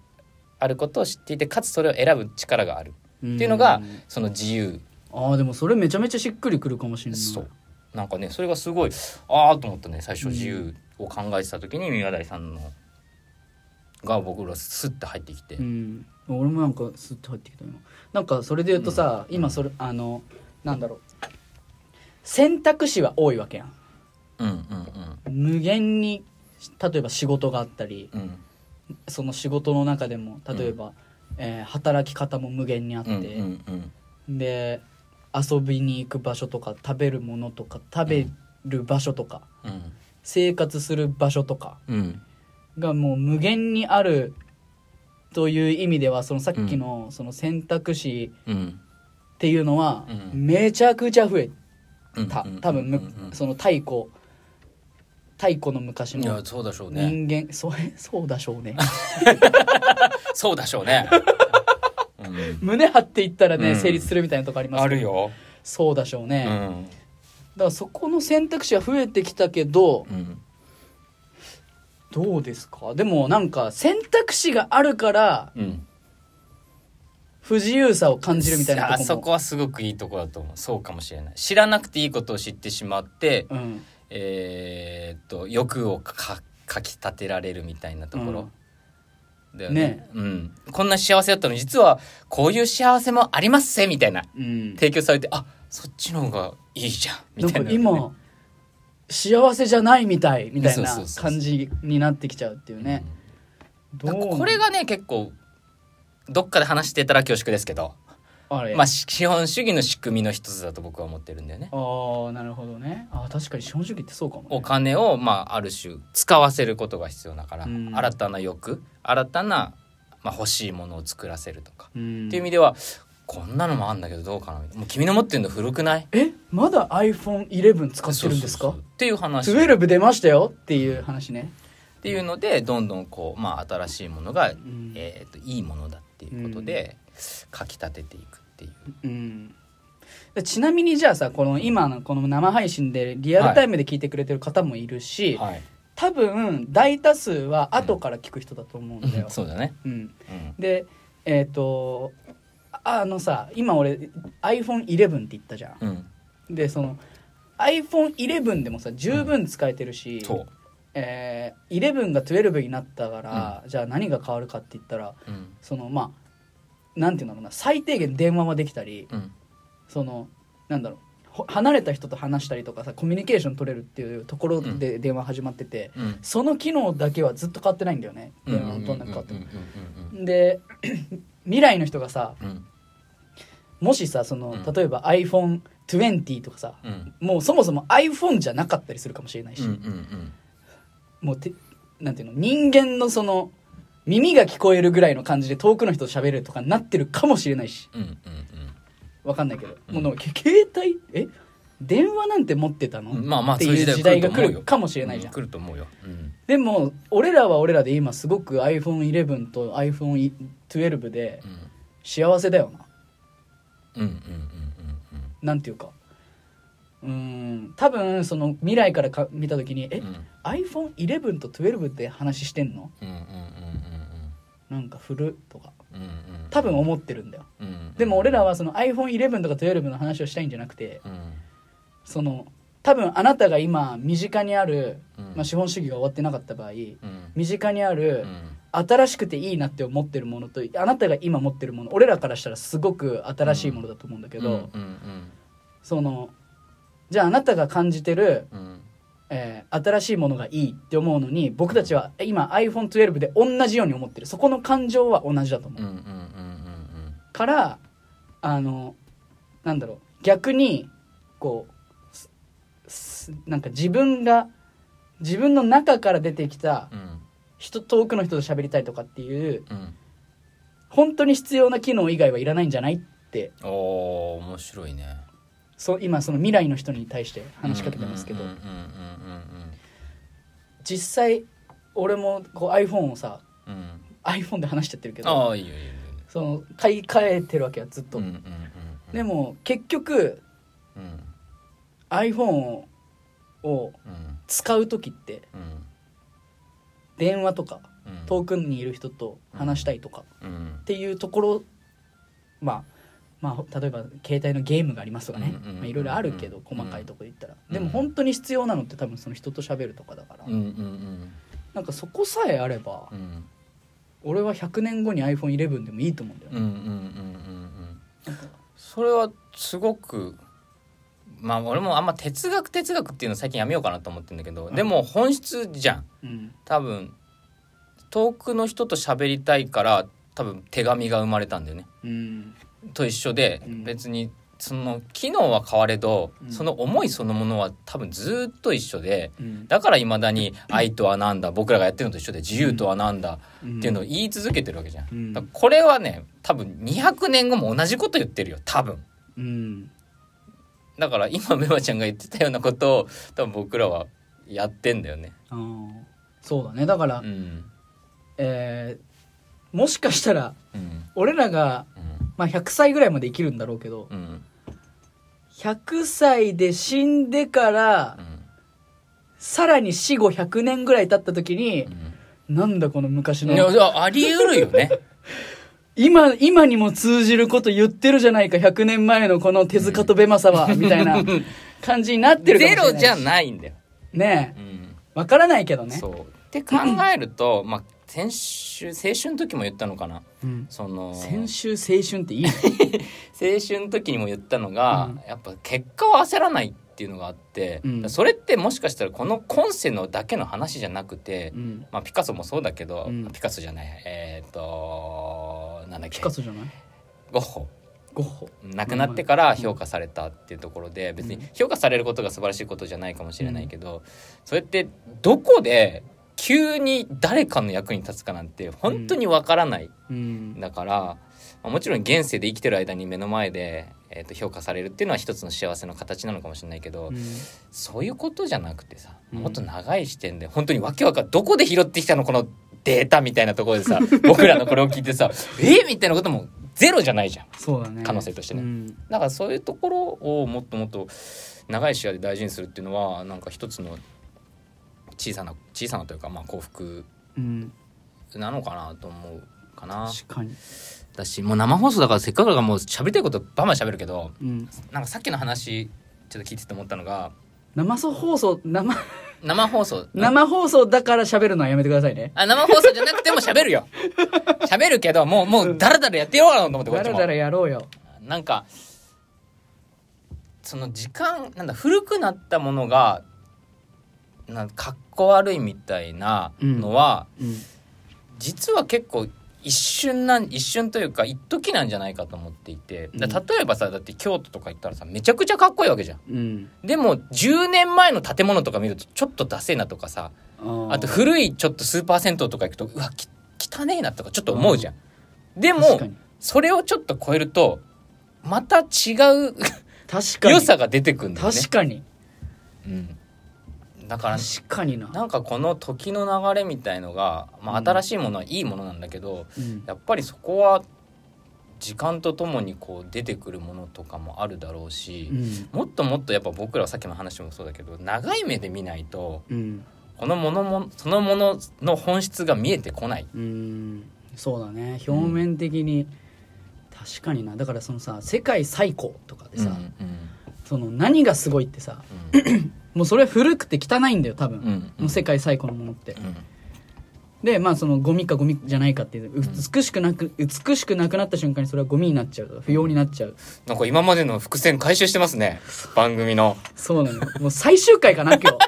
[SPEAKER 3] あることを知っていてかつそれを選ぶ力がある
[SPEAKER 2] うん
[SPEAKER 3] っていうのがその自由
[SPEAKER 2] あーでもそれめちゃめちゃしっくりくるかもしれない
[SPEAKER 3] そうなんかねそれがすごいああと思ったね最初自由を考えてた時に宮台さんのが僕らスッて入ってきて
[SPEAKER 2] うん、俺もなんかスッと入ってきた今なんかそれで言うとさ、今それあのなんだろう選択肢は多いわけやん
[SPEAKER 3] うんうん
[SPEAKER 2] 無限に例えば仕事があったり
[SPEAKER 3] うんうん
[SPEAKER 2] その仕事の中でも例えば、えー働き方も無限にあって、
[SPEAKER 3] うんうんうん
[SPEAKER 2] で遊びに行く場所とか食べるものとか食べる場所とか、
[SPEAKER 3] うん
[SPEAKER 2] 生活する場所とか
[SPEAKER 3] うん
[SPEAKER 2] がもう無限にあるという意味ではそのさっきのその選択肢、
[SPEAKER 3] うん
[SPEAKER 2] っていうのは
[SPEAKER 3] うん
[SPEAKER 2] めちゃくちゃ増え
[SPEAKER 3] うん
[SPEAKER 2] た多分む
[SPEAKER 3] うん
[SPEAKER 2] その太古太古の昔
[SPEAKER 3] うんいや
[SPEAKER 2] の
[SPEAKER 3] そうだしょうね
[SPEAKER 2] 人間そうそうだしょうね
[SPEAKER 3] そうだしょうねうん
[SPEAKER 2] 胸張っていったら
[SPEAKER 3] うん
[SPEAKER 2] ね成立するみたいなとこあります
[SPEAKER 3] あ
[SPEAKER 2] けど
[SPEAKER 3] るよ
[SPEAKER 2] そうだしょう
[SPEAKER 3] う
[SPEAKER 2] ねだか
[SPEAKER 3] ん
[SPEAKER 2] らそこの選択肢は増えてきたけど
[SPEAKER 3] うん
[SPEAKER 2] どうですかでもなんか選択肢があるから
[SPEAKER 3] うん
[SPEAKER 2] 不自由さを感じるみたいな
[SPEAKER 3] あ
[SPEAKER 2] と
[SPEAKER 3] そ
[SPEAKER 2] こ
[SPEAKER 3] こはすごくいいとこだと思うそうかもしれない知らなくていいことを知ってしまって、
[SPEAKER 2] もうん
[SPEAKER 3] えーっと欲をかかきたてられるみたいなところ、だよね
[SPEAKER 2] ね
[SPEAKER 3] うん、こんな幸せだったのに実はこういう幸せもありますぜみたいな
[SPEAKER 2] うん
[SPEAKER 3] 提供されてあそっちの方がいいじゃんみ
[SPEAKER 2] なん
[SPEAKER 3] た
[SPEAKER 2] か
[SPEAKER 3] いな、
[SPEAKER 2] 今幸せじゃないみたいみたい
[SPEAKER 3] そう
[SPEAKER 2] な
[SPEAKER 3] そうそうそう
[SPEAKER 2] 感じになってきちゃうっていうね
[SPEAKER 3] うん、だからこ
[SPEAKER 2] が
[SPEAKER 3] れがね結構どっかで話してたら恐縮ですけど、
[SPEAKER 2] あれ、
[SPEAKER 3] まあ、し資本主義の仕組みの一つだと僕は思ってるんだよね。
[SPEAKER 2] ああなるほどねあー確かに資本主義ってそうかも、ね、
[SPEAKER 3] お金を、まあ、ある種使わせることが必要だから、
[SPEAKER 2] うん
[SPEAKER 3] 新たな欲新たな、まあ、欲しいものを作らせるとか、
[SPEAKER 2] うん
[SPEAKER 3] っていう意味ではこんなのもあんだけどどうかなみたいなもう君の持ってるの古くない
[SPEAKER 2] えまだ iPhone11 使ってるんです
[SPEAKER 3] そ
[SPEAKER 2] か
[SPEAKER 3] うそうそうっていう話っ
[SPEAKER 2] 12出ましたよっていう話ね
[SPEAKER 3] ていうのでどんどんこう、まあ、新しいものが、
[SPEAKER 2] ん
[SPEAKER 3] えー、といいものだっていうことで、かきたてていくっていう。
[SPEAKER 2] うんでちなみにじゃあさこの今のこの生配信でリアルタイムで聞いてくれてる方もいるし、
[SPEAKER 3] はい、、
[SPEAKER 2] 多分大多数は後から聞く人だと思うんだよ
[SPEAKER 3] そうだね、
[SPEAKER 2] うん、
[SPEAKER 3] うん
[SPEAKER 2] でえっ、とああのさ今俺 iPhone11 って言ったじゃん
[SPEAKER 3] うん、
[SPEAKER 2] でその iPhone11 でもさ十分使えてるし、
[SPEAKER 3] そう、
[SPEAKER 2] えー、11が12になったから、じゃあ何が変わるかって言ったら
[SPEAKER 3] うん
[SPEAKER 2] そのまあなんていうんだろうな最低限電話はできたり
[SPEAKER 3] うん
[SPEAKER 2] そのなんだろうほ離れた人と話したりとかさコミュニケーション取れるっていうところで電話始まってて、
[SPEAKER 3] うん
[SPEAKER 2] その機能だけはずっと変わってないんだよね
[SPEAKER 3] うん
[SPEAKER 2] 電話のどんな変わって
[SPEAKER 3] うん
[SPEAKER 2] も。
[SPEAKER 3] う
[SPEAKER 2] で 未来の人がさ
[SPEAKER 3] んうん
[SPEAKER 2] もしさその、
[SPEAKER 3] うん
[SPEAKER 2] 例えば iPhone20 とかさ、
[SPEAKER 3] うんうん
[SPEAKER 2] もうそもそも iPhone じゃなかったりするかもしれないし、
[SPEAKER 3] うんうんうん
[SPEAKER 2] もうてなんていうの人間のその耳が聞こえるぐらいの感じで遠くの人と喋るとかなってるかもしれないし
[SPEAKER 3] うんうんうん
[SPEAKER 2] わかんないけど、
[SPEAKER 3] うん
[SPEAKER 2] もうなんかけ携帯え電話なんて持ってたの、
[SPEAKER 3] まあまあ
[SPEAKER 2] って
[SPEAKER 3] そういう
[SPEAKER 2] いう
[SPEAKER 3] 時代
[SPEAKER 2] 時代が
[SPEAKER 3] が来
[SPEAKER 2] 来
[SPEAKER 3] ると思うよ
[SPEAKER 2] るかもしれないじゃん
[SPEAKER 3] 来ると思うよ、うん、
[SPEAKER 2] でも俺らは俺らで今すごく iPhone11 と iPhone12 で幸せだよな
[SPEAKER 3] うんうんうん
[SPEAKER 2] なんていうかうーん多分その未来からか見た時にえ、
[SPEAKER 3] うんうんうん
[SPEAKER 2] iPhone11 と12って話してんの
[SPEAKER 3] うんうんうん
[SPEAKER 2] なんか古とか
[SPEAKER 3] うんうんうんうん
[SPEAKER 2] 多分思ってるんだよ
[SPEAKER 3] うん
[SPEAKER 2] でも俺らはその iPhone11 とか12の話をしたいんじゃなくて
[SPEAKER 3] うん
[SPEAKER 2] その多分あなたが今身近にある、
[SPEAKER 3] うん
[SPEAKER 2] まあ、資本主義が終わってなかった場合
[SPEAKER 3] うん
[SPEAKER 2] 身近にあ
[SPEAKER 3] う
[SPEAKER 2] る
[SPEAKER 3] ん
[SPEAKER 2] 新しくていいなって思ってるものとあなたが今持ってるもの俺らからしたらすごく新しいものだと思うんだけど、
[SPEAKER 3] うんうん
[SPEAKER 2] そのじゃああなたが感じてる、
[SPEAKER 3] うんうん
[SPEAKER 2] えー新しいものがいいって思うのに僕たちは今 iPhone12 で同じように思ってるそこの感情は同じだと思う、
[SPEAKER 3] うんうんうんうん
[SPEAKER 2] からあのなんだろう逆にこうすすなんか自分が自分の中から出てきた
[SPEAKER 3] うん
[SPEAKER 2] 人遠くの人と喋りたいとかっていう
[SPEAKER 3] うん
[SPEAKER 2] 本当に必要な機能以外はいらないんじゃないって
[SPEAKER 3] おー面白いね
[SPEAKER 2] そう今その未来の人に対して話しかけてますけど、
[SPEAKER 3] うんうんうん
[SPEAKER 2] 実際俺もこう iPhone をさ
[SPEAKER 3] うんうんうん
[SPEAKER 2] iPhone で話しちゃってるけど
[SPEAKER 3] ああいいよいいよいいよ
[SPEAKER 2] その買い替えてるわけはずっと、
[SPEAKER 3] うんうんうんうん
[SPEAKER 2] でも結局
[SPEAKER 3] うん
[SPEAKER 2] iPhone を
[SPEAKER 3] うん
[SPEAKER 2] 使う時って
[SPEAKER 3] うん
[SPEAKER 2] 電話とか
[SPEAKER 3] うん
[SPEAKER 2] 遠くにいる人と話したいとか
[SPEAKER 3] うん
[SPEAKER 2] っていうところまあまあ例えば携帯のゲームがありますとかね
[SPEAKER 3] うんうんうん
[SPEAKER 2] まあいろいろあるけ
[SPEAKER 3] う
[SPEAKER 2] ど
[SPEAKER 3] ん
[SPEAKER 2] 細かいとこで言ったら
[SPEAKER 3] ん
[SPEAKER 2] でも本当に必要なのって多分その人と喋るとかだから
[SPEAKER 3] うんうん
[SPEAKER 2] なんかそこさえあれば
[SPEAKER 3] うんうん
[SPEAKER 2] 俺は100年後に iPhone11 でもいいと思うんだよ
[SPEAKER 3] うん
[SPEAKER 2] ね
[SPEAKER 3] うんうんうんうんそれはすごくまあ俺もあんま哲学哲学っていうの最近やめようかなと思ってるんだけど、
[SPEAKER 2] うん
[SPEAKER 3] でも本質じゃん
[SPEAKER 2] うん
[SPEAKER 3] 多分遠くの人と喋りたいから多分手紙が生まれたんだよね
[SPEAKER 2] うん
[SPEAKER 3] と一緒で、
[SPEAKER 2] うん
[SPEAKER 3] 別にその機能は変われど、
[SPEAKER 2] うん
[SPEAKER 3] その思いそのものは多分ずっと一緒で
[SPEAKER 2] うん
[SPEAKER 3] だからいまだに「愛とはなんだ」僕らがやってるのと一緒で「自由とはなんだ」
[SPEAKER 2] うん
[SPEAKER 3] っていうのを言い続けてるわけじゃん。
[SPEAKER 2] うん
[SPEAKER 3] だからこれはね多分200年後も同じこと言ってるよ多分。
[SPEAKER 2] うん
[SPEAKER 3] だから今メバちゃんが言ってたようなことを多分僕らはやってんだよね。
[SPEAKER 2] あーそうだねだから
[SPEAKER 3] うん
[SPEAKER 2] えーもしかしたら
[SPEAKER 3] うん
[SPEAKER 2] 俺らが
[SPEAKER 3] うん
[SPEAKER 2] まあ100歳ぐらいまで生きるんだろうけど
[SPEAKER 3] うん
[SPEAKER 2] 100歳で死んでから
[SPEAKER 3] うん
[SPEAKER 2] さらに死後100年ぐらい経った時に
[SPEAKER 3] うん
[SPEAKER 2] なんだこの昔
[SPEAKER 3] いやい
[SPEAKER 2] の
[SPEAKER 3] やあり得るよ ね。
[SPEAKER 2] 今今にも通じること言ってるじゃないか100年前のこの手塚とベマサはみたいな感じになってるかもし
[SPEAKER 3] ゼ
[SPEAKER 2] れない
[SPEAKER 3] ロじゃないんだよ。
[SPEAKER 2] ね
[SPEAKER 3] う
[SPEAKER 2] え
[SPEAKER 3] ん
[SPEAKER 2] わからないけどね
[SPEAKER 3] そうって考えると、まあ、先週青春の時も言ったのかな
[SPEAKER 2] うん
[SPEAKER 3] その
[SPEAKER 2] 先週青春っていいね
[SPEAKER 3] 青春の時にも言ったのが、
[SPEAKER 2] うん
[SPEAKER 3] やっぱ結果を焦らないっていうのがあって、
[SPEAKER 2] うん
[SPEAKER 3] それってもしかしたらこの今世のだけの話じゃなくて、
[SPEAKER 2] うん
[SPEAKER 3] まあ、ピカソもそうだけど、
[SPEAKER 2] うん
[SPEAKER 3] ピカソじゃないえっ、となんだっけ
[SPEAKER 2] ピカソじゃない
[SPEAKER 3] ゴッホ
[SPEAKER 2] ゴッホ
[SPEAKER 3] 亡くなってから評価されたっていうところで別に評価されることが素晴らしいことじゃないかもしれないけど、それってどこで急に誰かの役に立つかなんて本当にわからない
[SPEAKER 2] うん
[SPEAKER 3] だから、まあもちろん現世で生きてる間に目の前で、えー、と評価されるっていうのは一つの幸せの形なのかもしれないけど、
[SPEAKER 2] うん
[SPEAKER 3] そういうことじゃなくてさ
[SPEAKER 2] うん
[SPEAKER 3] もっと長い視点で本当にわけわかんどこで拾ってきたのこのデータみたいなところでさ僕らのこれを聞いてさえー、みたいなこともゼロじゃないじゃん。
[SPEAKER 2] そうだね
[SPEAKER 3] 可能性としてね
[SPEAKER 2] うん
[SPEAKER 3] だからそういうところをもっともっと長い視野で大事にするっていうのはなんか一つの小さな小さなというかまあ幸福
[SPEAKER 2] うん
[SPEAKER 3] なのかなと思うかな。
[SPEAKER 2] 確かに
[SPEAKER 3] だしもう生放送だからせっかくだからもう喋りたいことバンバン喋るけど
[SPEAKER 2] うん
[SPEAKER 3] なんかさっきの話ちょっと聞いてて思ったのが
[SPEAKER 2] 生放送生
[SPEAKER 3] 生放送
[SPEAKER 2] 生放送だから喋るのはやめてくださいね
[SPEAKER 3] あ生放送じゃなくても喋るよ喋るけどもうもうダラダラやってようかなと思ってこっ
[SPEAKER 2] だ
[SPEAKER 3] ち
[SPEAKER 2] ら
[SPEAKER 3] も
[SPEAKER 2] だらやろうよ
[SPEAKER 3] なんかその時間なんだ古くなったものがなんかかっこ悪いみたいなのは、
[SPEAKER 2] うん
[SPEAKER 3] 実は結構一瞬なん一瞬というか一時なんじゃないかと思っていてだ例えばさだって京都とか行ったらさめちゃくちゃかっこいいわけじゃん
[SPEAKER 4] うん
[SPEAKER 3] でも10年前の建物とか見るとちょっとダセえなとかさ
[SPEAKER 4] あ
[SPEAKER 3] あと古いちょっとスーパー銭湯とか行くとうわき汚ねえなとかちょっと思うじゃんで
[SPEAKER 4] 確
[SPEAKER 3] も
[SPEAKER 4] かに
[SPEAKER 3] それをちょっと超えるとまた違う
[SPEAKER 2] 確かに
[SPEAKER 3] 良さが出てくるんだよね
[SPEAKER 2] 確かに
[SPEAKER 3] うん、だから
[SPEAKER 2] 確かにな
[SPEAKER 3] なんかこの時の流れみたいのが、まあ、新しいものはいいものなんだけど、
[SPEAKER 4] うん
[SPEAKER 3] やっぱりそこは時間とともにこう出てくるものとかもあるだろうし、
[SPEAKER 4] うん
[SPEAKER 3] もっともっとやっぱ僕らはさっきの話もそうだけど長い目で見ないと
[SPEAKER 4] うん
[SPEAKER 3] このものもそのものの本質が見えてこない。
[SPEAKER 4] うん
[SPEAKER 2] そうだね表面的に、確かになだからそのさ世界最高とかでさ、
[SPEAKER 3] うん
[SPEAKER 2] その何がすごいってさ
[SPEAKER 3] うん
[SPEAKER 2] もうそれは古くて汚いんだよ多分、
[SPEAKER 3] うん
[SPEAKER 2] もう世界最古のものって、
[SPEAKER 3] うん
[SPEAKER 2] でまあそのゴミかゴミじゃないかっていう美しくなく美しくなくなった瞬間にそれはゴミになっちゃうとか不要になっちゃう
[SPEAKER 3] なんか今までの伏線回収してますね番組の
[SPEAKER 2] そうなの よもう最終回かな今日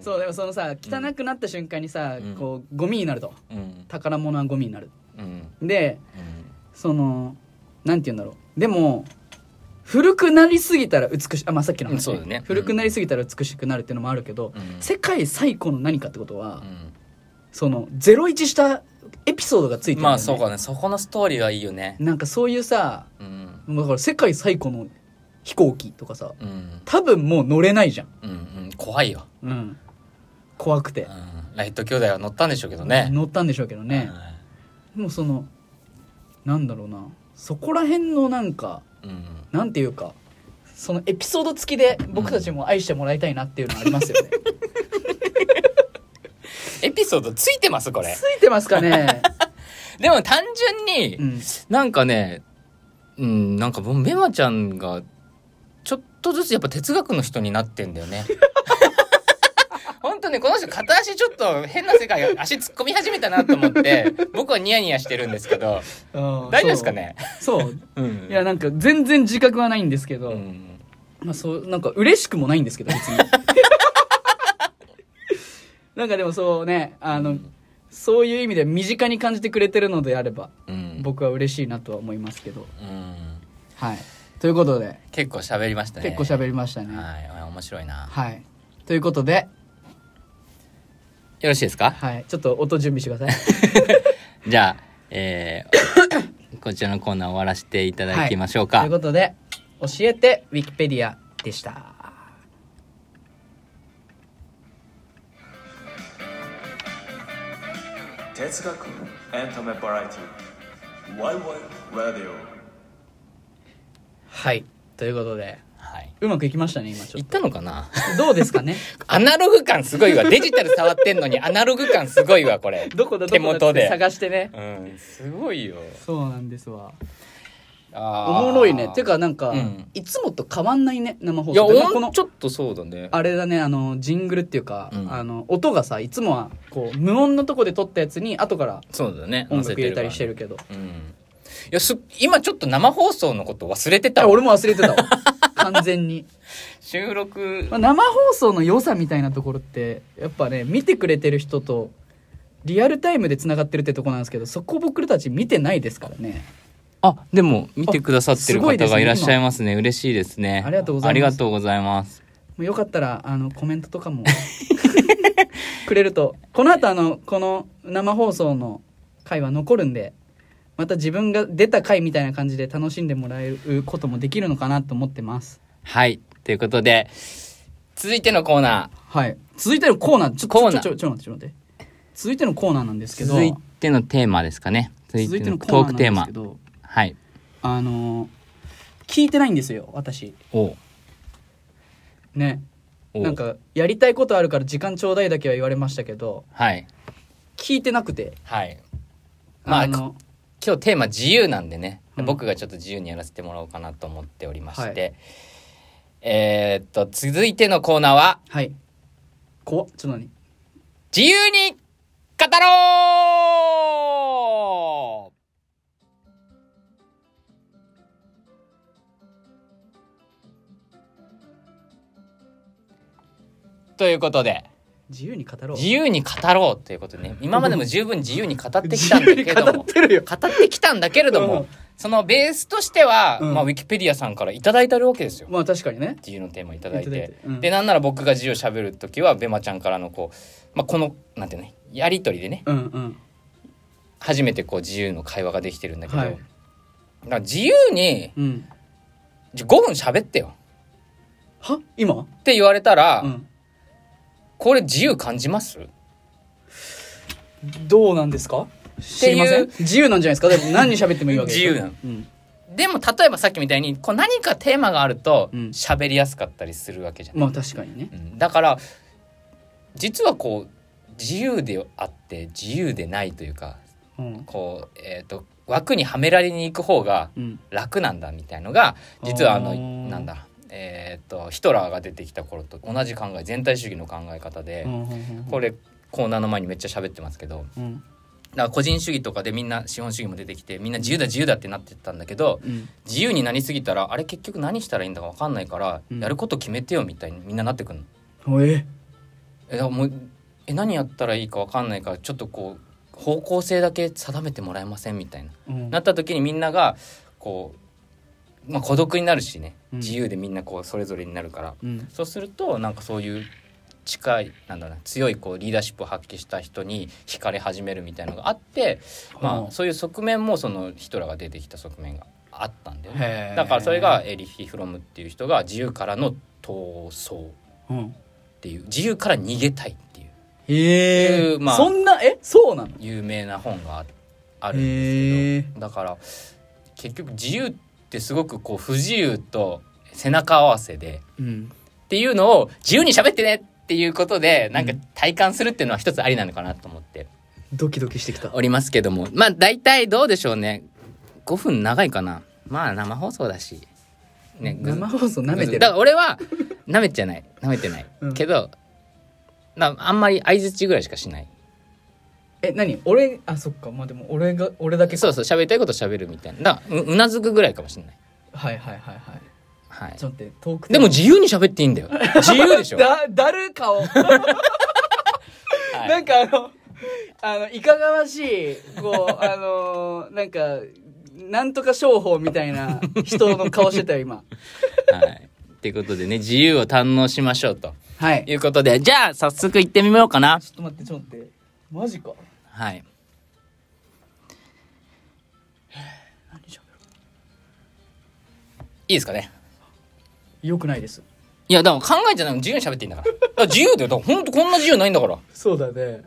[SPEAKER 2] そうでもそのさ汚くなった瞬間にさ、
[SPEAKER 3] うん
[SPEAKER 2] こうゴミになると
[SPEAKER 3] うん
[SPEAKER 2] 宝物はゴミになる
[SPEAKER 3] うん
[SPEAKER 2] で
[SPEAKER 3] うん
[SPEAKER 2] そのなんて言うんだろうでも古くなりすぎたら美しあまあさっきの話、
[SPEAKER 3] うんそうだよね
[SPEAKER 2] 古くなりすぎたら美しくなるっていうのもあるけど、
[SPEAKER 3] うん
[SPEAKER 2] 世界最古の何かってことは、
[SPEAKER 3] うん
[SPEAKER 2] そのゼロ一したエピソードがついてるんだよね
[SPEAKER 3] まあそうかねそこのストーリーはいいよね
[SPEAKER 2] なんかそういうさ
[SPEAKER 3] うん
[SPEAKER 2] だから世界最古の飛行機とかさ
[SPEAKER 3] うん
[SPEAKER 2] 多分もう乗れないじゃん、
[SPEAKER 3] うんうん怖いよ、
[SPEAKER 2] うん、怖くて
[SPEAKER 3] う、ん、ライト兄弟は乗ったんでしょうけどね
[SPEAKER 2] 乗ったんでしょうけどね、もうそのなんだろうなそこら辺のなんか
[SPEAKER 3] うん
[SPEAKER 2] なんていうかそのエピソード付きで僕たちも愛してもらいたいなっていうのはありますよね、
[SPEAKER 3] エピソードついてますこれ
[SPEAKER 2] ついてますか ね、
[SPEAKER 3] でも単純に、
[SPEAKER 2] うん、
[SPEAKER 3] なんかねうんなんかもうメマちゃんがちょっとずつやっぱ哲学の人になってんだ よね本当ねこの人片足ちょっと変な世界足突っ込み始めたなと思って僕はニヤニヤしてるんです けど
[SPEAKER 2] 大
[SPEAKER 3] 大丈夫ですかね
[SPEAKER 2] そう
[SPEAKER 3] うん
[SPEAKER 2] いやなんか全然自覚はないんですけど、
[SPEAKER 3] うん
[SPEAKER 2] まあそう、なんか嬉しくもないんですけど、別 に。なんかでもそうね、あの、そういう意味で身近に感じてくれてるのであれば、
[SPEAKER 3] うん
[SPEAKER 2] 僕は嬉しいなとは思いますけど。
[SPEAKER 3] うん
[SPEAKER 2] はい。ということで、
[SPEAKER 3] 結構喋りましたね
[SPEAKER 2] 結構喋りましたね。
[SPEAKER 3] はい面白いな
[SPEAKER 2] はい。ということで、
[SPEAKER 3] よろしいですか
[SPEAKER 2] はい。ちょっと音準備してください。
[SPEAKER 3] じゃあ、えー こちらのコーナー終わらせていただきまし ょうか、
[SPEAKER 2] ということで、教えてウィキペディアでした。
[SPEAKER 5] 哲学エンタメバラエティーワイワイラディオ
[SPEAKER 2] はい。ということで、
[SPEAKER 3] はい、
[SPEAKER 2] うまくいきましたね、今ちょ
[SPEAKER 3] 言
[SPEAKER 2] っ
[SPEAKER 3] ったのかな
[SPEAKER 2] と。どうですかね
[SPEAKER 3] アナログ感すごいわデジタル触ってんのにアナログ感すごいわこれ
[SPEAKER 2] どこだ
[SPEAKER 3] 手
[SPEAKER 2] どこだ
[SPEAKER 3] 元
[SPEAKER 2] って
[SPEAKER 3] で
[SPEAKER 2] 探してね。
[SPEAKER 3] うんすごいよ
[SPEAKER 2] そうなんですわ。お
[SPEAKER 3] あー
[SPEAKER 2] もろいねてかなんか、
[SPEAKER 3] うん
[SPEAKER 2] いつもと変わんないね生放
[SPEAKER 3] いや
[SPEAKER 2] 送でまあ
[SPEAKER 3] お
[SPEAKER 2] こ
[SPEAKER 3] ん
[SPEAKER 2] の
[SPEAKER 3] ちょっとそうだね
[SPEAKER 2] あれだねあのジングルっていうか、
[SPEAKER 3] うん
[SPEAKER 2] あの音がさいつもはこう無音のとこで撮ったやつに後から
[SPEAKER 3] そうだね
[SPEAKER 2] 音楽入れたりして
[SPEAKER 3] る
[SPEAKER 2] るけど
[SPEAKER 3] からねうんいやす今ちょっと生放送のこと忘れて
[SPEAKER 2] あ
[SPEAKER 3] たわ
[SPEAKER 2] 俺も忘れてたわ 完全に、
[SPEAKER 3] 収録
[SPEAKER 2] まあ、生放送の良さみたいなところってやっぱね見てくれてる人とリアルタイムでつながってるってとこなんですけどそこ僕たち見てないですからね
[SPEAKER 6] あでも見てくださってる
[SPEAKER 2] あすごいで
[SPEAKER 6] 方
[SPEAKER 2] すね
[SPEAKER 6] がいらっしゃいますね嬉しいですね
[SPEAKER 2] ありがとうございます
[SPEAKER 6] ありがとうございます
[SPEAKER 2] もうよかったらあのコメントとかも くれるとこの後あのこの生放送の回は残るんでまた自分が出た回みたいな感じで楽しんでもらえることもできるのかなと思ってます
[SPEAKER 6] はいということで
[SPEAKER 3] 続いてのコーナ
[SPEAKER 2] はい続いてのコーナーちょ
[SPEAKER 6] コーナー
[SPEAKER 2] ちょちょちょちょちょ待って続いてのコーナーなんですけど
[SPEAKER 6] 続いてのテーマですかね
[SPEAKER 2] 続いてのコー
[SPEAKER 6] トー
[SPEAKER 2] ナーな
[SPEAKER 6] ク
[SPEAKER 2] ん
[SPEAKER 6] テー
[SPEAKER 2] です
[SPEAKER 6] マ
[SPEAKER 2] けど
[SPEAKER 6] はい
[SPEAKER 2] あの聞いてないんですよ私
[SPEAKER 6] お
[SPEAKER 2] ね
[SPEAKER 6] お
[SPEAKER 2] なんかやりたいことあるから時間ちょうだいだけは言われましたけど
[SPEAKER 3] はい
[SPEAKER 2] 聞いてなくて
[SPEAKER 3] はいまあ
[SPEAKER 2] の
[SPEAKER 3] 今日テーマ自由なんでね、
[SPEAKER 2] うん
[SPEAKER 3] 僕がちょっと自由にやらせてもらおうかなと思っておりまして、
[SPEAKER 2] は
[SPEAKER 3] えーっと続いてのコーナーは
[SPEAKER 2] はい怖っちょっと何
[SPEAKER 3] 「自由に語ろう!」ということで
[SPEAKER 2] 自由に語ろう
[SPEAKER 3] 自由に語ろうということでね今までも十分自由に語ってきたんだけ
[SPEAKER 2] 自由
[SPEAKER 3] ど
[SPEAKER 2] に 語
[SPEAKER 3] も
[SPEAKER 2] ってるよ
[SPEAKER 3] 語ってきたんだけれども、
[SPEAKER 2] うん
[SPEAKER 3] そのベースとしては、
[SPEAKER 2] うん
[SPEAKER 3] まあ、ウィキペディアさんからいただいてあるわけですよ
[SPEAKER 2] まあ確かにね
[SPEAKER 3] 自由のテーマいただいて
[SPEAKER 2] いただいてうん
[SPEAKER 3] でなんなら僕が自由をしゃべる時はベマちゃんからのこう、まあ、このなんていうのやり取りでね
[SPEAKER 2] うんうん
[SPEAKER 3] 初めてこう自由の会話ができてるんだけど、
[SPEAKER 2] はい
[SPEAKER 3] だから自由に
[SPEAKER 2] うん
[SPEAKER 3] 「じゃあ5分喋ってよ」
[SPEAKER 2] は今
[SPEAKER 3] って言われたら、
[SPEAKER 2] うん
[SPEAKER 3] これ自由感じます
[SPEAKER 2] どうなんですか知りません
[SPEAKER 3] って
[SPEAKER 2] 自由なんじゃないですかでも何に喋ってもいいわけでしょ
[SPEAKER 3] 自由なの
[SPEAKER 2] うん
[SPEAKER 3] でも例えばさっきみたいにこう何かテーマがあると
[SPEAKER 2] うん
[SPEAKER 3] 喋りやすかったりするわけじゃない、
[SPEAKER 2] まあ確かにね
[SPEAKER 3] うんだから実はこう自由であって自由でないというか
[SPEAKER 2] うん
[SPEAKER 3] こう、えー、と枠にはめられに行く方が
[SPEAKER 2] うん
[SPEAKER 3] 楽なんだみたいのが実はあの
[SPEAKER 2] あー
[SPEAKER 3] なんだえっ、とヒトラーが出てきた頃と同じ考え全体主義の考え方で、
[SPEAKER 2] うんうん
[SPEAKER 3] これコーナーの前にめっちゃ喋ってますけど
[SPEAKER 2] うん
[SPEAKER 3] だから個人主義とかでみんな資本主義も出てきてみんな自由だ自由だってなってたんだけど
[SPEAKER 2] うん
[SPEAKER 3] 自由になりすぎたらあれ結局何したらいいんだか分かんないから、
[SPEAKER 2] うん
[SPEAKER 3] やること決めてよみたいにみんななってくるの。
[SPEAKER 2] おえ
[SPEAKER 3] えだからもうえ何やったらいいか分かんないからちょっとこう方向性だけ定めてもらえませんみたいな。
[SPEAKER 2] うん
[SPEAKER 3] なった時にみんながこう、まあ、孤独になるしね
[SPEAKER 2] うん
[SPEAKER 3] 自由でみんなこうそれぞれになるから、
[SPEAKER 2] うん
[SPEAKER 3] そうするとなんかそういう近いなんだろうな強いこうリーダーシップを発揮した人に惹かれ始めるみたいなのがあって、
[SPEAKER 2] う
[SPEAKER 3] ま
[SPEAKER 2] ん
[SPEAKER 3] あ、そういう側面もそのヒトラーが出てきた側面があったんだよね
[SPEAKER 2] へー
[SPEAKER 3] だからそれがエリヒ・フロムっていう人が自由からの闘争っ
[SPEAKER 2] うん
[SPEAKER 3] ていう自由から逃げたいっていう
[SPEAKER 2] へ
[SPEAKER 3] い
[SPEAKER 2] え
[SPEAKER 3] うまあ
[SPEAKER 2] そんなえそうなの
[SPEAKER 3] 有名な本がああるん
[SPEAKER 2] へえ
[SPEAKER 3] ですだから結局自由ってすごくこう不自由と背中合わせで
[SPEAKER 2] うん
[SPEAKER 3] っていうのを自由に喋ってねっていうことでなんか
[SPEAKER 2] うん
[SPEAKER 3] 体感するっていうのは一つありなのかなと思って
[SPEAKER 2] ドキドキしてきた
[SPEAKER 3] おりますけどもまあ大体どうでしょうね5分長いかなまあ生放送だし、ね、ぐず
[SPEAKER 2] 生放送舐めてる
[SPEAKER 3] だから俺は舐めてない舐めてない、
[SPEAKER 2] うん
[SPEAKER 3] けどなあんまり相づちぐらいしかしない
[SPEAKER 2] え何俺あそっかまあでも俺が俺だけか
[SPEAKER 3] そうそう喋りたいこと喋るみたいなだからううなずくぐらいかもしれない、
[SPEAKER 2] はいはいはいはい
[SPEAKER 3] はい
[SPEAKER 2] ち、ょっと待ってトーク
[SPEAKER 3] でも自由に喋っていいんだよ自由でしょ、
[SPEAKER 2] だだる顔
[SPEAKER 3] はい
[SPEAKER 2] なんかあの、あの、いかがわしい、こ う、あのーなんか、なんとか商法みたいな人の顔してたよ、今。
[SPEAKER 3] はい、っていうことでね自由を堪能しましょうと
[SPEAKER 2] はい。
[SPEAKER 3] いうことでじゃあ早速行ってみようかな
[SPEAKER 2] ちょっと待って、ちょっと待って。マジか。
[SPEAKER 3] はいいいですかね
[SPEAKER 2] よくないです。
[SPEAKER 3] いやでも考えじゃない自由に喋っていいんだからだから自由だよだからほんとこんな自由ないんだから
[SPEAKER 2] そうだね。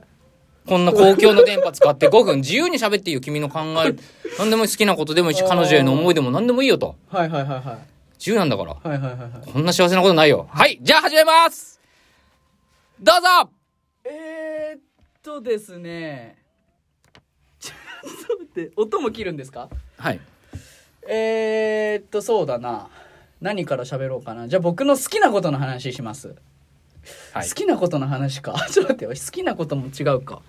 [SPEAKER 3] こんな公共の電波使って5分自由に喋っていいよ君の考え何でも好きなことでもいいし彼女への思いでも何でもいいよと
[SPEAKER 2] はいはいはいは
[SPEAKER 3] 自由なんだから
[SPEAKER 2] い。はいはいはいはい。
[SPEAKER 3] こんな幸せなことないよはいじゃあ始めますどうぞ
[SPEAKER 2] えー、っとですね。ちょっと待って、音も切るんですか
[SPEAKER 3] はい
[SPEAKER 2] えー、っと、そうだな。何から喋ろうかな。じゃあ僕の好きなことの話します。
[SPEAKER 3] はい
[SPEAKER 2] 好きなことの話か。 ちょっと待ってよ。好きなことも違うか。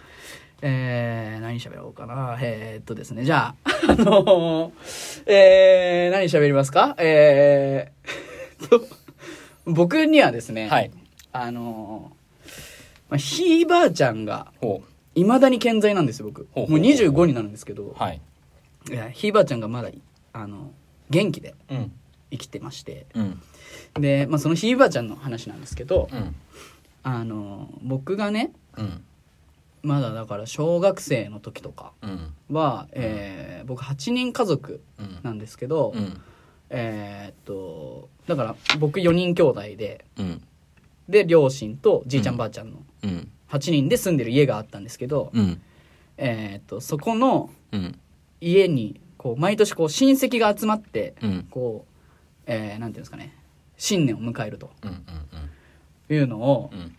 [SPEAKER 2] えー、何喋ろうかな。えー、っとですね。じゃあ、あのー、えー、何喋りますかえー、えーっと、僕にはですね、
[SPEAKER 3] はい
[SPEAKER 2] あのー、まあ、ひいばあちゃんが、
[SPEAKER 3] ほ
[SPEAKER 2] いまだに健在なんですよ、僕。
[SPEAKER 3] ほうほ
[SPEAKER 2] も
[SPEAKER 3] う
[SPEAKER 2] う25になるんですけど
[SPEAKER 3] う、はい
[SPEAKER 2] いやひいばあちゃんがまだ、あの、元気で
[SPEAKER 3] うん
[SPEAKER 2] 生きてまして、
[SPEAKER 3] うん
[SPEAKER 2] で、まあ、そのひいばあちゃんの話なんですけど、
[SPEAKER 3] うん
[SPEAKER 2] あのー、僕がね、
[SPEAKER 3] うん
[SPEAKER 2] まだだから小学生の時とか
[SPEAKER 3] うん
[SPEAKER 2] は、えー僕8人家族
[SPEAKER 3] うん
[SPEAKER 2] なんですけど、
[SPEAKER 3] うん
[SPEAKER 2] えーっとだから僕4人兄弟で
[SPEAKER 3] うん
[SPEAKER 2] で両親とじいちゃん
[SPEAKER 3] うん
[SPEAKER 2] ばあちゃんの
[SPEAKER 3] うん
[SPEAKER 2] 8人で住んでる家があったんですけど、
[SPEAKER 3] うん
[SPEAKER 2] えーっとそこの
[SPEAKER 3] うん
[SPEAKER 2] 家にこう毎年こう親戚が集まって、
[SPEAKER 3] うん
[SPEAKER 2] こう、えーなんていうんですかね新年を迎えると
[SPEAKER 3] うんうん
[SPEAKER 2] いうのを
[SPEAKER 3] う、ん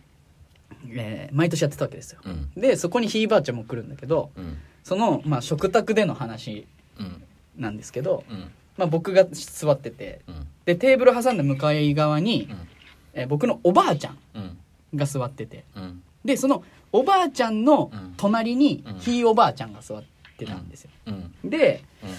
[SPEAKER 2] えー毎年やってたわけですよ。
[SPEAKER 3] うん
[SPEAKER 2] でそこにひいばあちゃんも来るんだけど
[SPEAKER 3] うん
[SPEAKER 2] その、まあ、食卓での話
[SPEAKER 3] うん
[SPEAKER 2] なんですけど、
[SPEAKER 3] うん
[SPEAKER 2] まあ、僕が座ってて
[SPEAKER 3] うん
[SPEAKER 2] でテーブル挟んで向かい側に、
[SPEAKER 3] うん
[SPEAKER 2] えー僕のおばあちゃん
[SPEAKER 3] うん
[SPEAKER 2] が座ってて
[SPEAKER 3] うん
[SPEAKER 2] でそのおばあちゃんの
[SPEAKER 3] うん
[SPEAKER 2] 隣に
[SPEAKER 3] うん
[SPEAKER 2] ひいおばあちゃんが座ってたんですよ。
[SPEAKER 3] うん
[SPEAKER 2] で
[SPEAKER 3] うん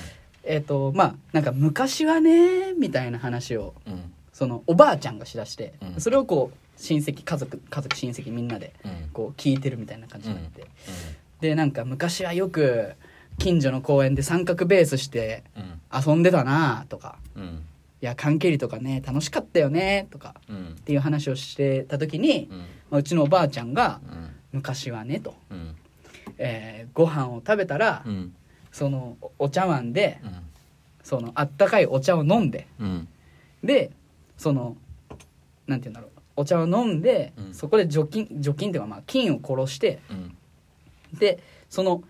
[SPEAKER 2] えっ、とまあなんか昔はねみたいな話を
[SPEAKER 3] うん
[SPEAKER 2] そのおばあちゃんがしだして、
[SPEAKER 3] うん
[SPEAKER 2] それをこう親戚家族家族親戚みんなで
[SPEAKER 3] うん
[SPEAKER 2] こう聞いてるみたいな感じになって、でなんか昔はよく近所の公園で三角ベースして
[SPEAKER 3] うん
[SPEAKER 2] 遊んでたなとか
[SPEAKER 3] うん
[SPEAKER 2] いや缶蹴りとかね楽しかったよねとか
[SPEAKER 3] うんうん
[SPEAKER 2] っていう話をしてた時に、
[SPEAKER 3] うん
[SPEAKER 2] まあうちのおばあちゃんが
[SPEAKER 3] うん
[SPEAKER 2] 「昔はね」と、
[SPEAKER 3] うん
[SPEAKER 2] えーご飯を食べたら、
[SPEAKER 3] うん
[SPEAKER 2] そのおお茶碗で
[SPEAKER 3] うん
[SPEAKER 2] そのあったかいお茶を飲んで
[SPEAKER 3] うん
[SPEAKER 2] でそのなんて言うんだろうお茶を飲んで、
[SPEAKER 3] うん
[SPEAKER 2] そこで除菌除菌っていうかまあ菌を殺して
[SPEAKER 3] うん
[SPEAKER 2] でその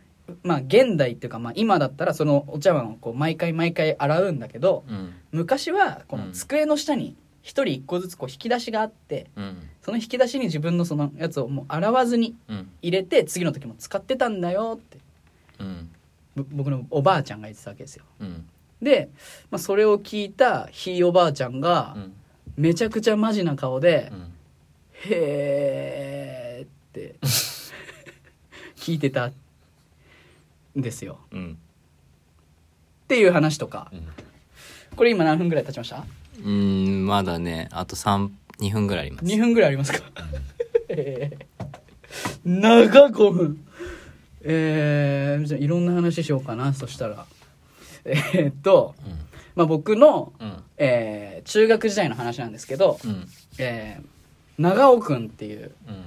[SPEAKER 2] まあ現代っていうかまあ今だったらそのお茶碗をこう毎回毎回洗うんだけど
[SPEAKER 3] うん
[SPEAKER 2] 昔はこ
[SPEAKER 3] う
[SPEAKER 2] の
[SPEAKER 3] ん
[SPEAKER 2] 机の下に一人一個ずつこう引き出しがあって
[SPEAKER 3] うん
[SPEAKER 2] その引き出しに自分のそのやつをもう洗わずに
[SPEAKER 3] うん
[SPEAKER 2] 入れて次の時も使ってたんだよって
[SPEAKER 3] うん
[SPEAKER 2] ぼ僕のおばあちゃんが言ってたわけですよ
[SPEAKER 3] うん
[SPEAKER 2] で、まあ、それを聞いたひいおばあちゃんが
[SPEAKER 3] うん
[SPEAKER 2] めちゃくちゃマジな顔で
[SPEAKER 3] うん
[SPEAKER 2] 「へーって 聞いてたんですよ
[SPEAKER 3] うん
[SPEAKER 2] っていう話とか
[SPEAKER 3] うん
[SPEAKER 2] これ今何分ぐらい経ちました
[SPEAKER 3] うんまだねあと32分ぐらいあります
[SPEAKER 2] ?2 分ぐらいありますか えー長5分えー、じゃあいろんな話しようかなそしたらえーっと、まあ、僕の、
[SPEAKER 3] うん
[SPEAKER 2] えー中学時代の話なんですけど、
[SPEAKER 3] うん
[SPEAKER 2] えー長尾くんっていう
[SPEAKER 3] うん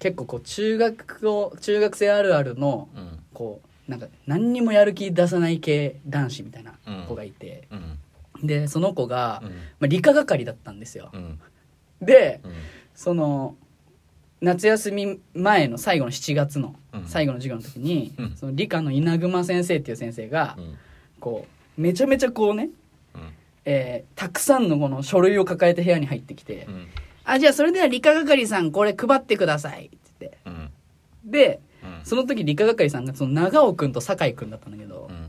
[SPEAKER 2] 結構こう中学を中学生あるあるの
[SPEAKER 3] うん
[SPEAKER 2] こうなんか何にもやる気出さない系男子みたいな子がいて、
[SPEAKER 3] うん
[SPEAKER 2] でその子が、
[SPEAKER 3] うん
[SPEAKER 2] まあ、理科係だったんですよ
[SPEAKER 3] う、ん
[SPEAKER 2] で
[SPEAKER 3] うん
[SPEAKER 2] その夏休み前の最後の7月の
[SPEAKER 3] うん
[SPEAKER 2] 最後の授業の時に、
[SPEAKER 3] うん
[SPEAKER 2] その理科の稲熊先生っていう先生が、
[SPEAKER 3] うん
[SPEAKER 2] こうめちゃめちゃこうね、
[SPEAKER 3] うん
[SPEAKER 2] えーたくさんのこの書類を抱えて部屋に入ってきて「
[SPEAKER 3] うん
[SPEAKER 2] あじゃあそれでは理科係さんこれ配ってください」って言って
[SPEAKER 3] うん
[SPEAKER 2] で
[SPEAKER 3] うん
[SPEAKER 2] その時理科係さんがその長尾くんと酒井くんだったんだけど、
[SPEAKER 3] うん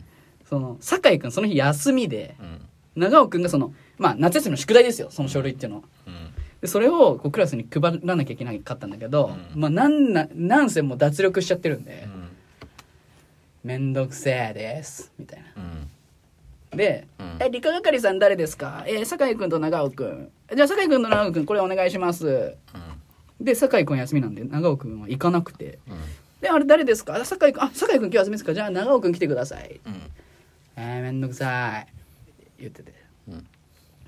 [SPEAKER 2] その酒井くんその日休みで
[SPEAKER 3] うん
[SPEAKER 2] 長尾くんがその、まあ、夏休みの宿題ですよその書類っていうのは。
[SPEAKER 3] うん
[SPEAKER 2] でそれをこうクラスに配らなきゃいけなかったんだけど、
[SPEAKER 3] うん
[SPEAKER 2] まあなんななんせもう脱力しちゃってるん
[SPEAKER 3] う
[SPEAKER 2] で
[SPEAKER 3] ん
[SPEAKER 2] 「めんどくせえです」みたいな。
[SPEAKER 3] うん
[SPEAKER 2] で、
[SPEAKER 3] うん
[SPEAKER 2] え理科係さん誰ですかえー酒井君と長尾君じゃあ酒井君と長尾君これお願いします
[SPEAKER 3] うん
[SPEAKER 2] で酒井君休みなんで長尾君は行かなくて
[SPEAKER 3] うん
[SPEAKER 2] であれ誰ですかあ酒井君あ酒井君今日休みですかじゃあ長尾君来てください
[SPEAKER 3] うん
[SPEAKER 2] えー、めんどくさいって言ってて
[SPEAKER 3] うん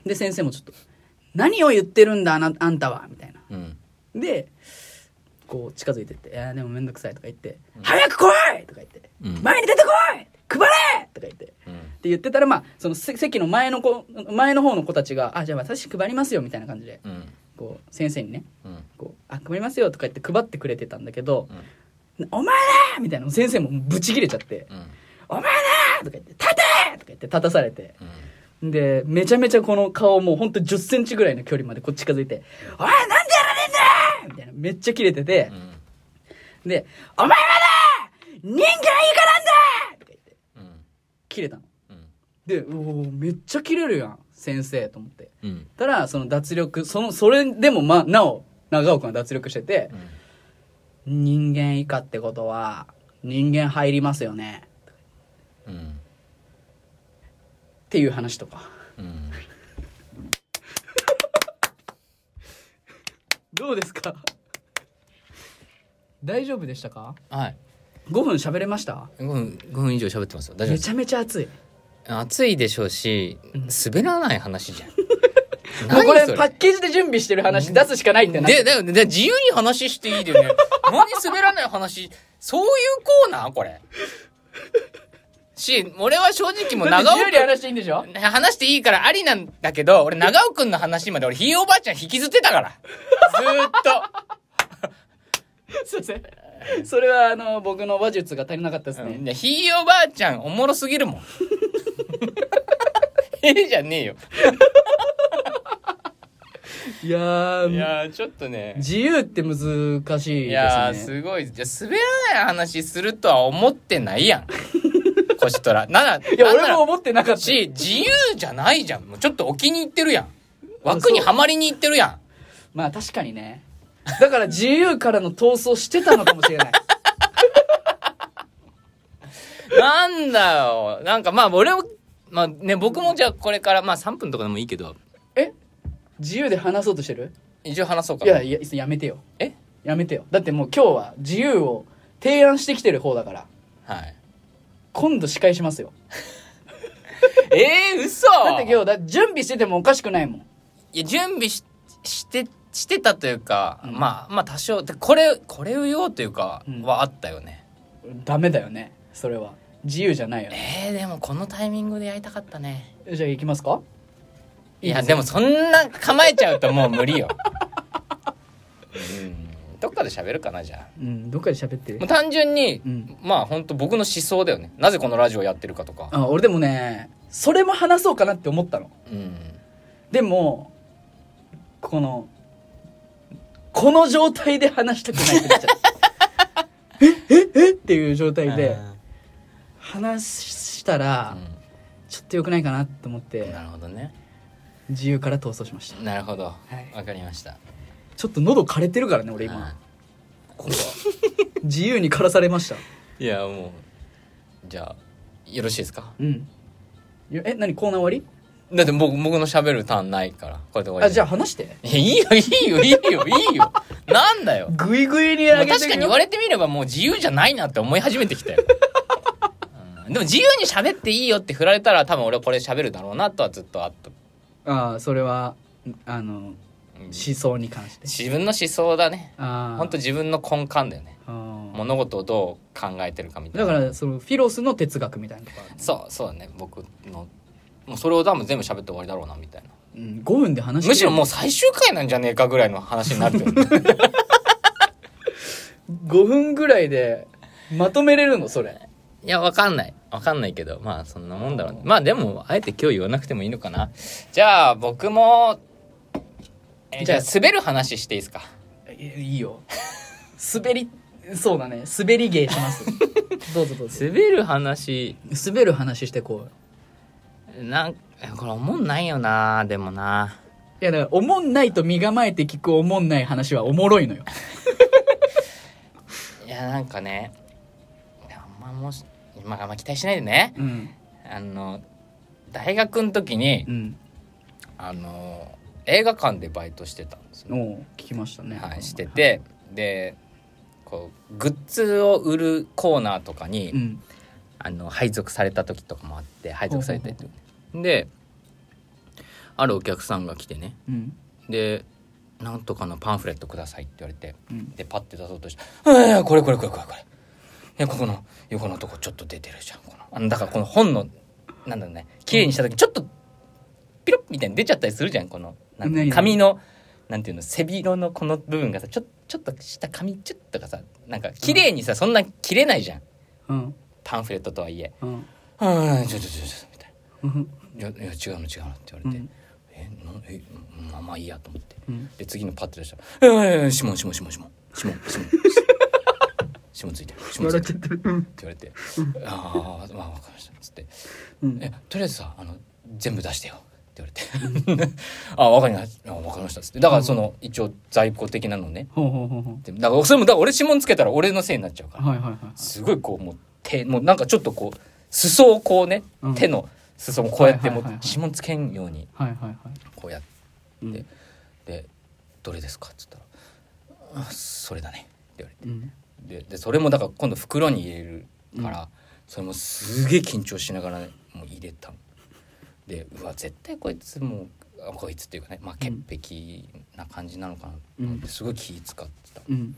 [SPEAKER 2] で先生もちょっと「何を言ってるんだあなあんたは」みたいな
[SPEAKER 3] うん
[SPEAKER 2] でこう近づいてって「いやでもめんどくさい」とか言って「早く来い!」とか言って「
[SPEAKER 3] うん
[SPEAKER 2] 前に出てこい配れ!」とか言って。
[SPEAKER 3] うん
[SPEAKER 2] って言ってたら、まあ、そのせ席の前の子、前の方の子たちが、あ、じゃあ私配りますよ、みたいな感じで、
[SPEAKER 3] うん
[SPEAKER 2] こう、先生にね、
[SPEAKER 3] うん
[SPEAKER 2] こう、あ、配りますよ、とか言って配ってくれてたんだけど、お前だみたいな、先生もブチ切れちゃって、
[SPEAKER 3] うん
[SPEAKER 2] お前だとか言って、立てとか言って立たされて、で、めちゃめちゃこの顔もうほんと10センチぐらいの距離までこう近づいて、お前なんでやらねえんだみたいな、めっちゃ切れてて、で、お前はだ人間以下なんだとか言って、
[SPEAKER 3] うん
[SPEAKER 2] 切れたの。
[SPEAKER 3] うん
[SPEAKER 2] で、おーめっちゃ切れるやん、先生と思って。
[SPEAKER 3] うん
[SPEAKER 2] たら、その脱力、その、それでもまあ、なお、長尾くんは脱力してて、人間以下ってことは、人間入りますよね。
[SPEAKER 3] うん
[SPEAKER 2] っていう話とか。
[SPEAKER 3] うん
[SPEAKER 2] どうですか 大丈夫でしたか
[SPEAKER 3] はい。
[SPEAKER 2] ?5 分喋れました
[SPEAKER 3] 5分5分以上喋ってますよ。大丈夫
[SPEAKER 2] め
[SPEAKER 3] で
[SPEAKER 2] ち
[SPEAKER 3] す。
[SPEAKER 2] ゃめちゃ熱い。
[SPEAKER 3] 暑いでしょうし、滑らない 話じゃん。
[SPEAKER 2] もうこ
[SPEAKER 3] 何
[SPEAKER 2] れ
[SPEAKER 3] そ
[SPEAKER 2] パッケージで準備してる話出すしかないってな。
[SPEAKER 3] で、だよね。で自由に話していい でね。何滑らない話、そういうコーナーこれ。し、俺は正直もう
[SPEAKER 2] だって
[SPEAKER 3] 長
[SPEAKER 2] 自
[SPEAKER 3] 尾
[SPEAKER 2] 由に話していいんでしょ
[SPEAKER 3] 君、話していいからありなんだけど、俺長尾くんの話まで俺ひいおばあちゃん引きずってたから。ずーっと。
[SPEAKER 2] すいません。それはあの、僕の話術が足りなかったですね。
[SPEAKER 3] いやひいおばあちゃんおもろすぎ るもん。ええじゃねえよ。
[SPEAKER 2] いやー
[SPEAKER 3] いやーちょっとね。
[SPEAKER 2] 自由って難しい
[SPEAKER 3] いやー
[SPEAKER 2] ですね。
[SPEAKER 3] すごい。じゃあ滑らない話するとは思ってない やん。コシトラ。なら、
[SPEAKER 2] いや、
[SPEAKER 3] なんな
[SPEAKER 2] 俺
[SPEAKER 3] ら
[SPEAKER 2] も思ってなかった。
[SPEAKER 3] し、自由じゃないじゃん。もうちょっと置きに行ってるやん。枠にはまりに行ってるや
[SPEAKER 2] まあ確かにね。だから自由からの闘争してたのかもしれない。
[SPEAKER 3] ん。なんだよ。なんかまあ俺も、まあね、僕もじゃあこれから、まあ3分とかでもいいけど、
[SPEAKER 2] え自由で話そうとしてる
[SPEAKER 3] い一応話そうか
[SPEAKER 2] いやいややめてよ
[SPEAKER 3] え
[SPEAKER 2] やめてよだってもう今日は自由を提案してきてる方だから
[SPEAKER 3] はい
[SPEAKER 2] 今度司会しますよ
[SPEAKER 3] えー、嘘
[SPEAKER 2] だって今日だ準備しててもおかしくないもん
[SPEAKER 3] いや準備ししてしてたというか、
[SPEAKER 2] うん
[SPEAKER 3] まあまあ多少でこれこれを言おうというか
[SPEAKER 2] うん
[SPEAKER 3] はあったよね、
[SPEAKER 2] ダメだよねそれは自由じゃないよね
[SPEAKER 3] えー、でもこのタイミングでやりたかったね
[SPEAKER 2] じゃあ行きますか
[SPEAKER 3] いやでもそんな構えちゃうともう無 理ようんどっかで喋るかなじゃあ
[SPEAKER 2] うんどっかで喋ってる
[SPEAKER 3] もう単純に、
[SPEAKER 2] うん
[SPEAKER 3] まあ本当僕の思想だよねなぜこのラジオやってるかとか
[SPEAKER 2] あ俺でもねそれも話そうかなって思ったの
[SPEAKER 3] うん
[SPEAKER 2] でもこのこの状態で話したくないってなっちゃ うえええっていう状態で話した
[SPEAKER 3] う
[SPEAKER 2] ら
[SPEAKER 3] ん
[SPEAKER 2] ちょっと良くないかなと思って
[SPEAKER 3] なるほどね
[SPEAKER 2] 自由から逃走しました
[SPEAKER 3] なるほどわ、
[SPEAKER 2] い
[SPEAKER 3] かりました
[SPEAKER 2] ちょっと喉枯れてるからね俺
[SPEAKER 3] はい
[SPEAKER 2] 今自由に枯らされました
[SPEAKER 3] いやもうじゃあよろしいですか
[SPEAKER 2] うんいやえ何コーナー終わ
[SPEAKER 3] だって僕僕の喋るターンないからこれで終わ
[SPEAKER 2] り
[SPEAKER 3] り
[SPEAKER 2] あじゃあ
[SPEAKER 3] あ
[SPEAKER 2] 話して
[SPEAKER 3] いやいいよいいよいいよいいよなんだよ、
[SPEAKER 2] グイグイに上
[SPEAKER 3] まあ
[SPEAKER 2] げて
[SPEAKER 3] 確かに言われてみればもう自由じゃないなって思い始めてき たよ、うんでも自由に喋っていいよって振られたら多分俺はこれ喋るだろうなとはずっとあった、
[SPEAKER 2] ああそれはあの
[SPEAKER 3] うん
[SPEAKER 2] 思想に関して
[SPEAKER 3] 自分の思想だね
[SPEAKER 2] ああ
[SPEAKER 3] 本当自分の根幹だよね
[SPEAKER 2] ああ
[SPEAKER 3] 物事をどう考えてるかみたい
[SPEAKER 2] だ
[SPEAKER 3] な
[SPEAKER 2] からそのフィロスの哲学みたいなとこある
[SPEAKER 3] そうそうだね僕のもうそれを多分全部喋って終わりだろうなみたいな
[SPEAKER 2] うん、5分で話して
[SPEAKER 3] むしろもう最終回なんじゃねえかぐらいの話になってる
[SPEAKER 2] 5分ぐらいでまとめれるのそれ
[SPEAKER 3] いやわかんないわかんないけどまあそんなもんだろうねまあでもあえて今日言わなくてもいいのかなじゃあ僕もえー
[SPEAKER 2] じ
[SPEAKER 3] じ
[SPEAKER 2] ゃ
[SPEAKER 3] ゃ
[SPEAKER 2] あ
[SPEAKER 3] あ滑る話していいですか
[SPEAKER 2] いいいよ滑りそうだね滑り芸し ますどうぞどうぞ
[SPEAKER 3] 滑る話
[SPEAKER 2] 滑る話してこう
[SPEAKER 3] なんこれ思んないよなでもない
[SPEAKER 2] やだからおもんないと身構えて聞くおもんない話はおもろいのよ
[SPEAKER 3] いやなんかねいやあんまもし今あんま期待しないでね
[SPEAKER 2] うん
[SPEAKER 3] あの大学の時に
[SPEAKER 2] うん
[SPEAKER 3] あの映画館でバイトしてたんですよ
[SPEAKER 2] おう聞きましたね
[SPEAKER 3] はい、しててでこうグッズを売るコーナーとかに、
[SPEAKER 2] うん
[SPEAKER 3] あの配属された時とかもあって配属されたりとかであるお客さんが来てね
[SPEAKER 2] うん
[SPEAKER 3] で「なんとかのパンフレットください」って言われて、
[SPEAKER 2] うん
[SPEAKER 3] でパッて出そうとして「ああこれこれこれこれこれ」ねここの横のとこちょっと出てるじゃんこのあのだからこの本のなんだろうね綺麗にした時ちょっとピロッみたいに出ちゃったりするじゃんこのなん
[SPEAKER 2] 何
[SPEAKER 3] 紙のなんていうの背広のこの部分がさちょちょっとした紙ちょっとがさなんか綺麗にさそんな切れないじゃん
[SPEAKER 2] うん
[SPEAKER 3] パンフレットとはいえ
[SPEAKER 2] うん
[SPEAKER 3] 「うんちょちょちょちょ」みたいな
[SPEAKER 2] うん
[SPEAKER 3] いや「いや違うの違うの」って言われて
[SPEAKER 2] う
[SPEAKER 3] 「
[SPEAKER 2] ん
[SPEAKER 3] えなえまあまあいいや」と思って
[SPEAKER 2] うん
[SPEAKER 3] で次のパッて出したら「ええ指紋指紋指紋指紋指紋指紋指紋ついてる指紋つい
[SPEAKER 2] 笑ってちゃ
[SPEAKER 3] る」
[SPEAKER 2] ってるうん
[SPEAKER 3] って言われて「ああまあわかりました」つって
[SPEAKER 2] う
[SPEAKER 3] 「
[SPEAKER 2] ん
[SPEAKER 3] えとりあえずさあの全部出してよ」って言われて「あわかりましたあわかりました」つってだからその一応在庫的なのね
[SPEAKER 2] ほうほうほうほ
[SPEAKER 3] でだからそれもだから俺指紋つけたら俺のせいになっちゃうから
[SPEAKER 2] うはいはいはい
[SPEAKER 3] すごいこうもう手もうなんかちょっとこう裾をこうね、
[SPEAKER 2] うん
[SPEAKER 3] 手の裾もこうやって
[SPEAKER 2] はい
[SPEAKER 3] も
[SPEAKER 2] はいうはいはい
[SPEAKER 3] 指紋つけんように
[SPEAKER 2] はいはいはい
[SPEAKER 3] こうやって、
[SPEAKER 2] うん
[SPEAKER 3] で「どれですか?」っつったらあ「それだね」って言われて
[SPEAKER 2] うん
[SPEAKER 3] ででそれもだから今度袋に入れるから、それもすげえ緊張しながら、ね、もう入れたのでうわ絶対こいつもうあこいつっていうかね、まあ、潔癖な感じなのかなと思って、
[SPEAKER 2] うん
[SPEAKER 3] すごい気使ってた
[SPEAKER 2] うん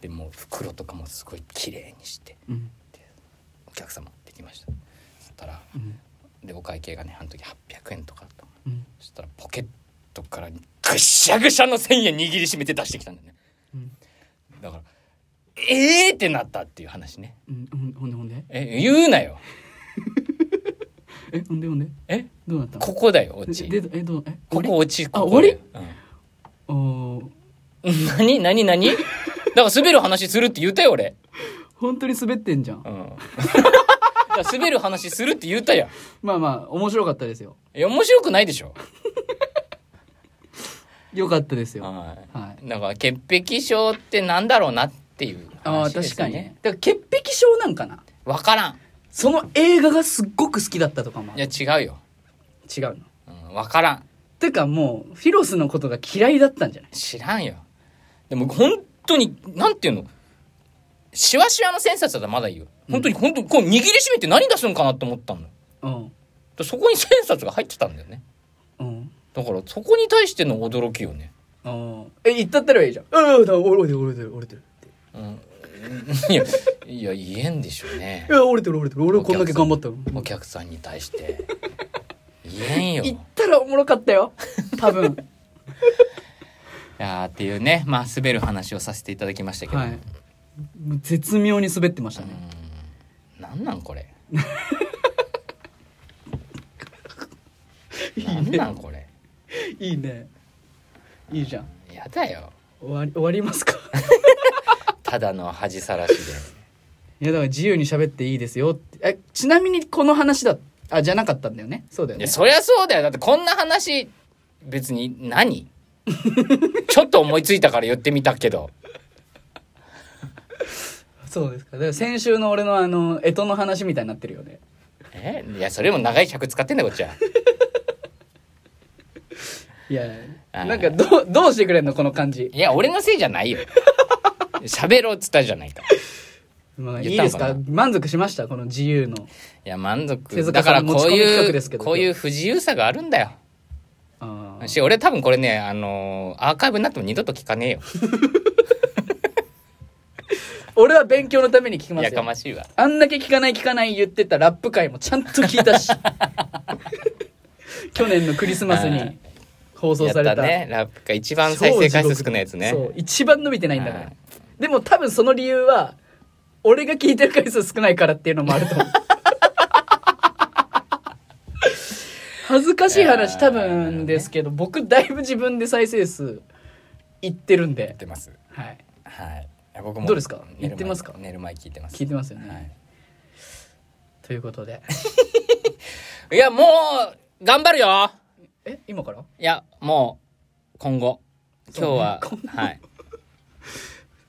[SPEAKER 3] でもう袋とかもすごい綺麗にして
[SPEAKER 2] うん
[SPEAKER 3] お客様できましたそしたら
[SPEAKER 2] うん
[SPEAKER 3] でお会計がねあの時800円とかだったの
[SPEAKER 2] うん
[SPEAKER 3] そしたらポケットからぐしゃぐしゃの1,000円握りしめて出してきたんだよね
[SPEAKER 2] うん
[SPEAKER 3] だから「えー!」ってなったっていう話ね
[SPEAKER 2] うんほんほんでほんで
[SPEAKER 3] え言うなよ
[SPEAKER 2] えほんでほんで
[SPEAKER 3] え
[SPEAKER 2] どうなった
[SPEAKER 3] ここだよ落ち
[SPEAKER 2] ででえどうえ
[SPEAKER 3] ここ落ち
[SPEAKER 2] あ
[SPEAKER 3] ここだよ
[SPEAKER 2] おお
[SPEAKER 3] うん、何何何だから滑る話するって言ったよ俺、
[SPEAKER 2] 本当に滑ってんじゃん
[SPEAKER 3] うん、 だから滑る話するって言ったやん
[SPEAKER 2] まあまあ面白かったですよ
[SPEAKER 3] いや面白くないでしょ
[SPEAKER 2] よかったですよ
[SPEAKER 3] はい
[SPEAKER 2] はい
[SPEAKER 3] なんか潔癖症ってなんだろうなっていう
[SPEAKER 2] ああ
[SPEAKER 3] 話で
[SPEAKER 2] 確
[SPEAKER 3] す
[SPEAKER 2] か
[SPEAKER 3] ね、
[SPEAKER 2] にねだから潔癖症なんかな
[SPEAKER 3] わからん
[SPEAKER 2] その映画がすっごく好きだったとかも
[SPEAKER 3] いや違うよ、
[SPEAKER 2] 違うの
[SPEAKER 3] うん、わからん
[SPEAKER 2] てかもうフィロスのことが嫌いだったんじゃない
[SPEAKER 3] 知らんよでも本当になんていうのシワシワのセンサスだったらまだいいよ本当に本当にこう握りしめて何出すのかなと思ったの
[SPEAKER 2] うん
[SPEAKER 3] でそこにセンサスが入ってたんだよね
[SPEAKER 2] うん
[SPEAKER 3] だからそこに対しての驚きよね
[SPEAKER 2] うんえ言ったったらいいじゃんうんだ折れてる折れてる折れてる
[SPEAKER 3] うんいやいや言えんでしょうね
[SPEAKER 2] いや折れてる折れてる俺こんだけ頑張ったの
[SPEAKER 3] お客さんに対 して言えんよ
[SPEAKER 2] 言ったらおもろかったよ多分
[SPEAKER 3] いやーっていうねまあ滑る話をさせていただきましたけど、
[SPEAKER 2] はいもう絶妙に滑ってましたね
[SPEAKER 3] なんな んこれなんなんこれ
[SPEAKER 2] いいねいいじゃん
[SPEAKER 3] やだよ
[SPEAKER 2] 終わり終わりますか
[SPEAKER 3] ただの恥さらしで
[SPEAKER 2] いやだから自由に喋っていいですよってえちなみにこの話だあじゃなかったんだよねそうだよ
[SPEAKER 3] い
[SPEAKER 2] ね
[SPEAKER 3] やそりゃそうだよだってこんな話別 に何ちょっと思いついたから言ってみたけど
[SPEAKER 2] そうですかだから先週の俺のあの干支の話みたいになってるよね
[SPEAKER 3] えいやそれよりも長い100使ってんだよこっちは
[SPEAKER 2] いや
[SPEAKER 3] あー
[SPEAKER 2] なんかどうどうしてくれんのこの感じ
[SPEAKER 3] いや俺のせいじゃないよ喋ろうっつったじゃないか
[SPEAKER 2] まあ、い
[SPEAKER 3] 言
[SPEAKER 2] い
[SPEAKER 3] っ
[SPEAKER 2] で
[SPEAKER 3] たの
[SPEAKER 2] す
[SPEAKER 3] かな
[SPEAKER 2] か満足しましたこの自由の
[SPEAKER 3] いや満
[SPEAKER 2] 手
[SPEAKER 3] 足
[SPEAKER 2] 塚
[SPEAKER 3] だ
[SPEAKER 2] さ
[SPEAKER 3] か
[SPEAKER 2] ん
[SPEAKER 3] らこ
[SPEAKER 2] 持
[SPEAKER 3] う
[SPEAKER 2] ち込み
[SPEAKER 3] い
[SPEAKER 2] 企画ですけ
[SPEAKER 3] う
[SPEAKER 2] ど
[SPEAKER 3] こういう不自由さがあるんだよ
[SPEAKER 2] あー
[SPEAKER 3] し俺多分これねあのーアーカイブになっても二度と聞かねえよ
[SPEAKER 2] 俺は勉強のために聞きます
[SPEAKER 3] やか
[SPEAKER 2] よ
[SPEAKER 3] ましいわ
[SPEAKER 2] あんだけ聞かない聞かない言ってたラップ回もちゃんと聞いた し去年のクリスマス
[SPEAKER 3] あー
[SPEAKER 2] に放送
[SPEAKER 3] や
[SPEAKER 2] さ
[SPEAKER 3] っ
[SPEAKER 2] れた
[SPEAKER 3] たねラップが一番再生回数少ないやつね
[SPEAKER 2] そう一番伸びてないんだか
[SPEAKER 3] は
[SPEAKER 2] ら
[SPEAKER 3] い
[SPEAKER 2] でも多分その理由は俺が聞いてる回数少ないからっていうのもある と思う恥ずかしい話多分ですけど僕だいぶ自分で再生数いってるんで
[SPEAKER 3] 言っ、てます
[SPEAKER 2] はい、
[SPEAKER 3] はいいや僕も
[SPEAKER 2] どうですか
[SPEAKER 3] 寝
[SPEAKER 2] 言
[SPEAKER 3] る前
[SPEAKER 2] ってますか
[SPEAKER 3] 寝る前聞いてます
[SPEAKER 2] 聞いてますよね、
[SPEAKER 3] は
[SPEAKER 2] ということで
[SPEAKER 3] いいやもう頑張るよ
[SPEAKER 2] え今から
[SPEAKER 3] いやもう今後今日は
[SPEAKER 2] そうね今後
[SPEAKER 3] はい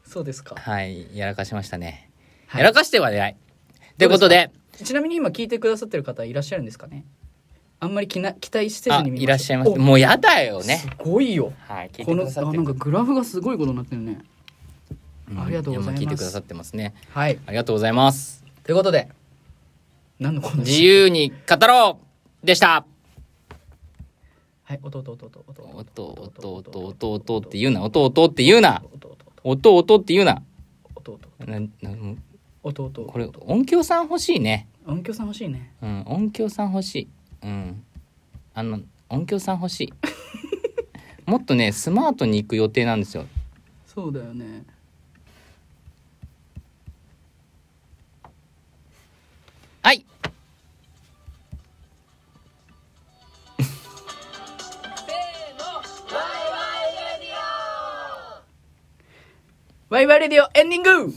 [SPEAKER 2] そうですか
[SPEAKER 3] はいやらかしましたね
[SPEAKER 2] はい
[SPEAKER 3] やらかしてはないということで
[SPEAKER 2] ちなみに今聞いてくださってる方いらっしゃるんですかねあんまりきな期待してず
[SPEAKER 3] あ
[SPEAKER 2] に見
[SPEAKER 3] いらっしゃいました
[SPEAKER 2] お
[SPEAKER 3] もうやだよ
[SPEAKER 2] す
[SPEAKER 3] ね
[SPEAKER 2] ごいよ
[SPEAKER 3] はい聞い
[SPEAKER 2] こ
[SPEAKER 3] てく
[SPEAKER 2] の
[SPEAKER 3] ださっ
[SPEAKER 2] あ
[SPEAKER 3] て
[SPEAKER 2] なんかグラフがすごいことになってるね
[SPEAKER 3] ん
[SPEAKER 2] ありがとうございます
[SPEAKER 3] やも聞いてくださってますね
[SPEAKER 2] はい
[SPEAKER 3] ありがとうございます
[SPEAKER 2] ということで何のこの
[SPEAKER 3] 自由に語ろうでした
[SPEAKER 2] はい音音音音音
[SPEAKER 3] 音音音音音って言うな音音って言うな
[SPEAKER 2] 音音
[SPEAKER 3] 音音って言うな
[SPEAKER 2] 音音
[SPEAKER 3] なな
[SPEAKER 2] 音音
[SPEAKER 3] これ音響さん欲しいね
[SPEAKER 2] 音響さん欲しいね
[SPEAKER 3] うん音響さん欲しいうんあの音響さん欲しい もっとねスマートに行く予定なんですよ
[SPEAKER 2] そうだよね
[SPEAKER 3] はい
[SPEAKER 2] ワイワイレディオエンディング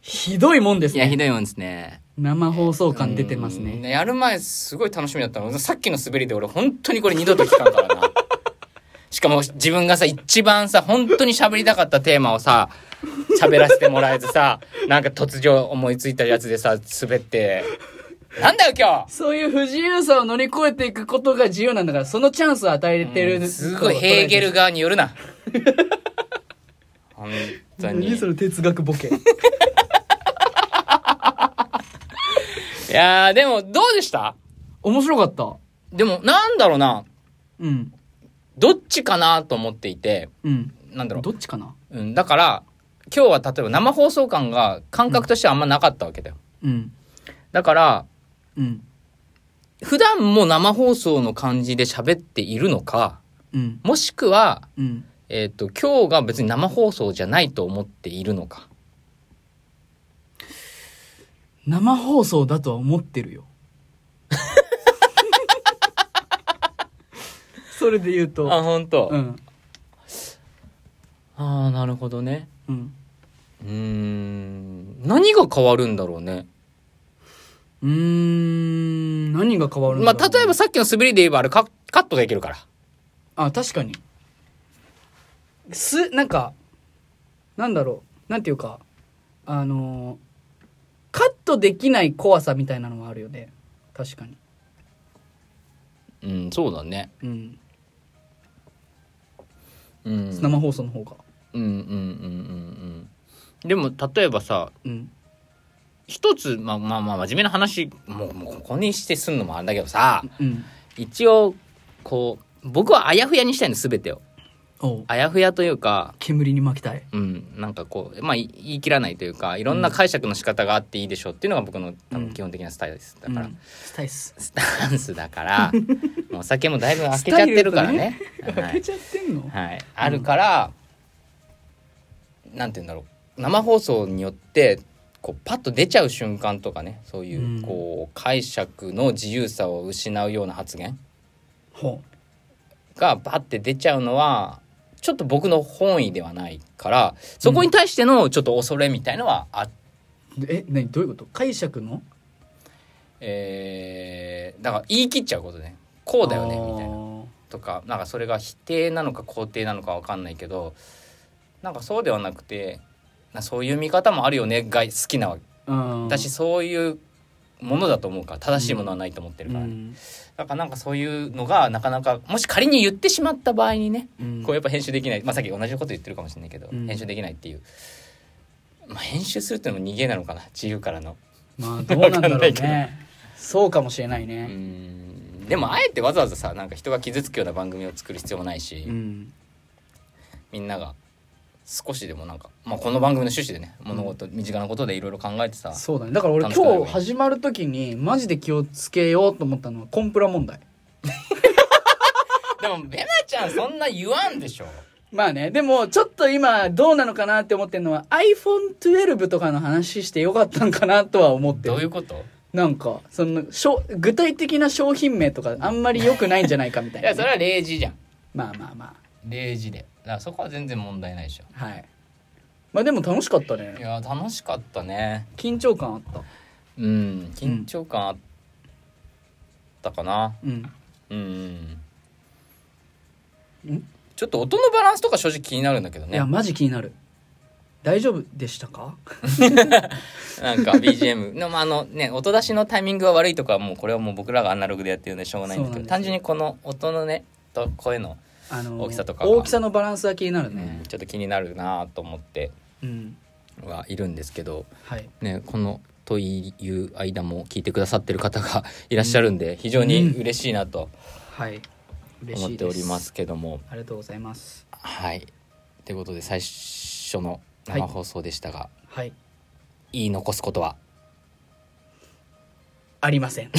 [SPEAKER 2] ひどいもんです
[SPEAKER 3] いやひ
[SPEAKER 2] ね
[SPEAKER 3] どいもんですね
[SPEAKER 2] 生放送感出てます
[SPEAKER 3] うん
[SPEAKER 2] ね
[SPEAKER 3] やる前すごい楽しみだったのさっきの滑りで俺本当にこれ二度と聞かんから なしかも自分がさ一番さ本当に喋りたかったテーマをさ喋らせてもらえずさなんか突如思いついたやつでさ滑ってなんだよ今日
[SPEAKER 2] そういう不自由さを乗り越えていくことが自由なんだからそのチャンスを与えてる
[SPEAKER 3] すごいヘーゲル側によるな 本当に
[SPEAKER 2] 何その哲学ボケ
[SPEAKER 3] いやーでもどうでした
[SPEAKER 2] 面白かった
[SPEAKER 3] でもなんだろうな
[SPEAKER 2] うん
[SPEAKER 3] どっちかなと思っていて
[SPEAKER 2] うん
[SPEAKER 3] なんだろう
[SPEAKER 2] どっちかな
[SPEAKER 3] うん、だから今日は例えば生放送感が感覚としてはあんまなかったわけだよ、
[SPEAKER 2] うん
[SPEAKER 3] だから
[SPEAKER 2] うん
[SPEAKER 3] 普段も生放送の感じで喋っているのか
[SPEAKER 2] うん
[SPEAKER 3] もしくは、
[SPEAKER 2] うん
[SPEAKER 3] えっと今日が別に生放送じゃないと思っているのか
[SPEAKER 2] 生放送だとは思ってるよ それで言うと
[SPEAKER 3] 本当
[SPEAKER 2] う
[SPEAKER 3] あ
[SPEAKER 2] ん
[SPEAKER 3] あーなるほどね
[SPEAKER 2] うん
[SPEAKER 3] うーん何が変わるんだろうね
[SPEAKER 2] うーん何が変わるんだ
[SPEAKER 3] ま
[SPEAKER 2] ろう
[SPEAKER 3] あ例えばさっきの滑りで言えばあれカカットできるから
[SPEAKER 2] あ確かにすなんかなんだろうなんていうかあのーカットできない怖さみたいなのはあるよね確かに
[SPEAKER 3] うんそうだね
[SPEAKER 2] うん、
[SPEAKER 3] うん
[SPEAKER 2] 生放送の方が
[SPEAKER 3] うんうんうんうんうんでも例えばさ
[SPEAKER 2] うん
[SPEAKER 3] 一つまあまあまあ真面目な話もうもうここにしてすんのもあれだけどさ
[SPEAKER 2] うん
[SPEAKER 3] 一応こう僕はあやふやにしたいの全てを
[SPEAKER 2] おう
[SPEAKER 3] あやふやというか
[SPEAKER 2] 煙に巻きたい
[SPEAKER 3] うん、なんかこう、まあ、い言い切らないというかいろんな解釈の仕方があっていいでしょうっていうのが僕の多分基本的なスタイルですだから、
[SPEAKER 2] うん、スタイス
[SPEAKER 3] スタンスだから もうお酒もだいぶ開けちゃってるからね
[SPEAKER 2] 開けちゃってんの、
[SPEAKER 3] はい、はい、あるから、なんて言うんだろう生放送によってこうパッと出ちゃう瞬間とかねそういう,、
[SPEAKER 2] うん
[SPEAKER 3] こう解釈の自由さを失うような発言
[SPEAKER 2] ほう
[SPEAKER 3] がバッて出ちゃうのはちょっと僕の本意ではないからそこに対してのちょっと恐れみたいのはあっ
[SPEAKER 2] え何どういうこと解釈の
[SPEAKER 3] えーだから言い切っちゃうことねこうだよねみたいなとかなんかそれが否定なのか肯定なのかわかんないけどなんかそうではなくてなそういう見方もあるよねが好きなわけ
[SPEAKER 2] なうん
[SPEAKER 3] 私そういうものだと思うから正しいものはないと思ってる
[SPEAKER 2] う
[SPEAKER 3] から、
[SPEAKER 2] ん
[SPEAKER 3] だからなんかそういうのがなかなかもし仮に言ってしまった場合にね
[SPEAKER 2] うん
[SPEAKER 3] こうやっぱ編集できない、まあ、さっき同じこと言ってるかもしれないけど、
[SPEAKER 2] うん
[SPEAKER 3] 編集できないっていう、まあ、編集するっていうのも逃げなのかな自由からの。
[SPEAKER 2] まあどうなんだろ
[SPEAKER 3] わか
[SPEAKER 2] うん
[SPEAKER 3] ないけど
[SPEAKER 2] ねそうかもしれないうね
[SPEAKER 3] んでもあえてわざわざさなんか人が傷つくような番組を作る必要もないし、
[SPEAKER 2] うん
[SPEAKER 3] みんなが少しでもなんか、まあ、この番組の趣旨でね物事、身近なことでいろいろ考えてさ
[SPEAKER 2] そうだねだから俺
[SPEAKER 3] 楽しくなるよ
[SPEAKER 2] 今日始まる時にマジで気をつけようと思ったのはコンプラ問題
[SPEAKER 3] でもベナちゃんそんな言わんでしょ
[SPEAKER 2] まあねでもちょっと今どうなのかなって思ってるのは iPhone12 とかの話してよかったんかなとは思ってる
[SPEAKER 3] どういうこと
[SPEAKER 2] なんかそのしょ具体的な商品名とかあんまり良くないんじゃないかみたい
[SPEAKER 3] い
[SPEAKER 2] なね、
[SPEAKER 3] やそれは0時じゃん
[SPEAKER 2] まあまあま
[SPEAKER 3] 0時でだからそこは全然問題ないでしょ
[SPEAKER 2] あはいまあでも楽しかった
[SPEAKER 3] い
[SPEAKER 2] ね
[SPEAKER 3] や楽しかったね
[SPEAKER 2] 緊張感あった
[SPEAKER 3] うん緊張感あったかな
[SPEAKER 2] うん
[SPEAKER 3] うん、うん
[SPEAKER 2] ん
[SPEAKER 3] ちょっと音のバランスとか正直気になるんだけど
[SPEAKER 2] い
[SPEAKER 3] ね
[SPEAKER 2] やマジ気になる大丈夫でしたか
[SPEAKER 3] なんか BGM のまああのね音出しのタイミングが悪いとかはもうこれはもう僕らがアナログでやってるんでしょうがないんだけ
[SPEAKER 2] そうなんです
[SPEAKER 3] ど
[SPEAKER 2] よ
[SPEAKER 3] 単純にこの音のねと声の、
[SPEAKER 2] あの
[SPEAKER 3] 大きさとかが
[SPEAKER 2] 大きさのバランスは気になるね
[SPEAKER 3] ちょっと気になるなと思って
[SPEAKER 2] うん、
[SPEAKER 3] はいるんですけど
[SPEAKER 2] はい
[SPEAKER 3] ねこのという間も聞いてくださってる方がいらっしゃるんで非常に嬉しいなと
[SPEAKER 2] はい嬉
[SPEAKER 3] 思っ
[SPEAKER 2] しい
[SPEAKER 3] て
[SPEAKER 2] です
[SPEAKER 3] おりますけども
[SPEAKER 2] ありがとうございます
[SPEAKER 3] はいということで最初の生放送でしたが、
[SPEAKER 2] はい
[SPEAKER 3] 言い残すことは
[SPEAKER 2] ありません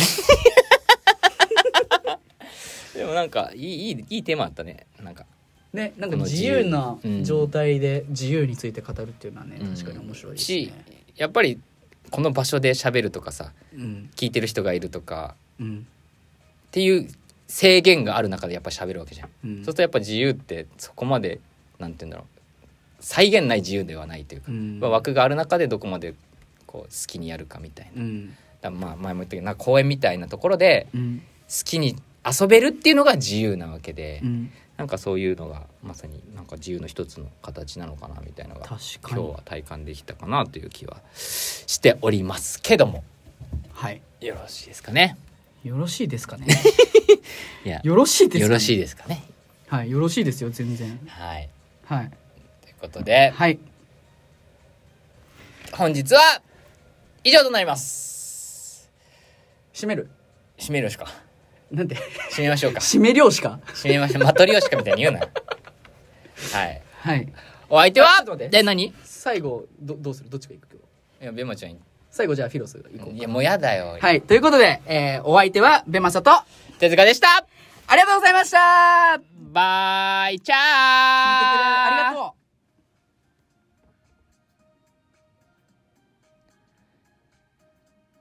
[SPEAKER 3] でもなんかいいいいいいテーマあったねなんか
[SPEAKER 2] ねなん
[SPEAKER 3] こ
[SPEAKER 2] か
[SPEAKER 3] の
[SPEAKER 2] 自
[SPEAKER 3] 自
[SPEAKER 2] 由
[SPEAKER 3] 由
[SPEAKER 2] な
[SPEAKER 3] うん
[SPEAKER 2] 状態で自由について語るっていうのはね、
[SPEAKER 3] うん
[SPEAKER 2] 確かに面白いです
[SPEAKER 3] し
[SPEAKER 2] ね
[SPEAKER 3] やっぱりこの場所で喋るとかさ
[SPEAKER 2] うん
[SPEAKER 3] 聞いてる人がいるとか
[SPEAKER 2] うん
[SPEAKER 3] っていう制限がある中でやっぱ喋るわけじゃん、
[SPEAKER 2] う
[SPEAKER 3] そうんするとやっぱ自由ってそこまでなんて言うんだろう再現ない自由ではないという
[SPEAKER 2] う
[SPEAKER 3] か、
[SPEAKER 2] ん
[SPEAKER 3] まあ枠がある中でどこまでこう好きにやるかみたいな、
[SPEAKER 2] うん
[SPEAKER 3] だからまあ前も言ったけどなんか公園みたいなところで
[SPEAKER 2] うん
[SPEAKER 3] 好きに遊べるっていうのが自由なわけで、
[SPEAKER 2] うん
[SPEAKER 3] なんかそういうのがまさになんか自由の一つの形なのかなみたいなのが
[SPEAKER 2] 確か
[SPEAKER 3] 今
[SPEAKER 2] に
[SPEAKER 3] 日は体感できたかなという気はしておりますけども
[SPEAKER 2] はい
[SPEAKER 3] よろしいですかね
[SPEAKER 2] よろしいですか ね
[SPEAKER 3] いや
[SPEAKER 2] よろしいですか、ね、
[SPEAKER 3] よろしい
[SPEAKER 2] い
[SPEAKER 3] ですかね
[SPEAKER 2] はいよろしいですよ全然
[SPEAKER 3] はい
[SPEAKER 2] はい
[SPEAKER 3] ということで、
[SPEAKER 2] はい
[SPEAKER 3] 本日は以上となります
[SPEAKER 2] 閉める
[SPEAKER 3] 締めるしか
[SPEAKER 2] なん で
[SPEAKER 3] 締めましょうか
[SPEAKER 2] 締め漁しか
[SPEAKER 3] 締めましょうマトリオシカみたいに言うなはい
[SPEAKER 2] はい
[SPEAKER 3] お相手は
[SPEAKER 2] あちょっと待って
[SPEAKER 3] で何い
[SPEAKER 2] 最後どどうするどっちがいく今日
[SPEAKER 3] やベマちゃんい
[SPEAKER 2] 最後じゃあフィロスが行こう
[SPEAKER 3] やもうやだよ
[SPEAKER 2] はいということで、えー、お相手はベマサとあ
[SPEAKER 3] 手塚でした
[SPEAKER 2] りがとうございました聞いてく
[SPEAKER 3] バイチャー
[SPEAKER 2] れありがと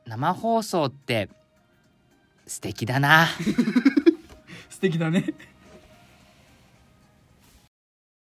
[SPEAKER 2] う
[SPEAKER 3] 生放送って素敵だな
[SPEAKER 2] 素敵だね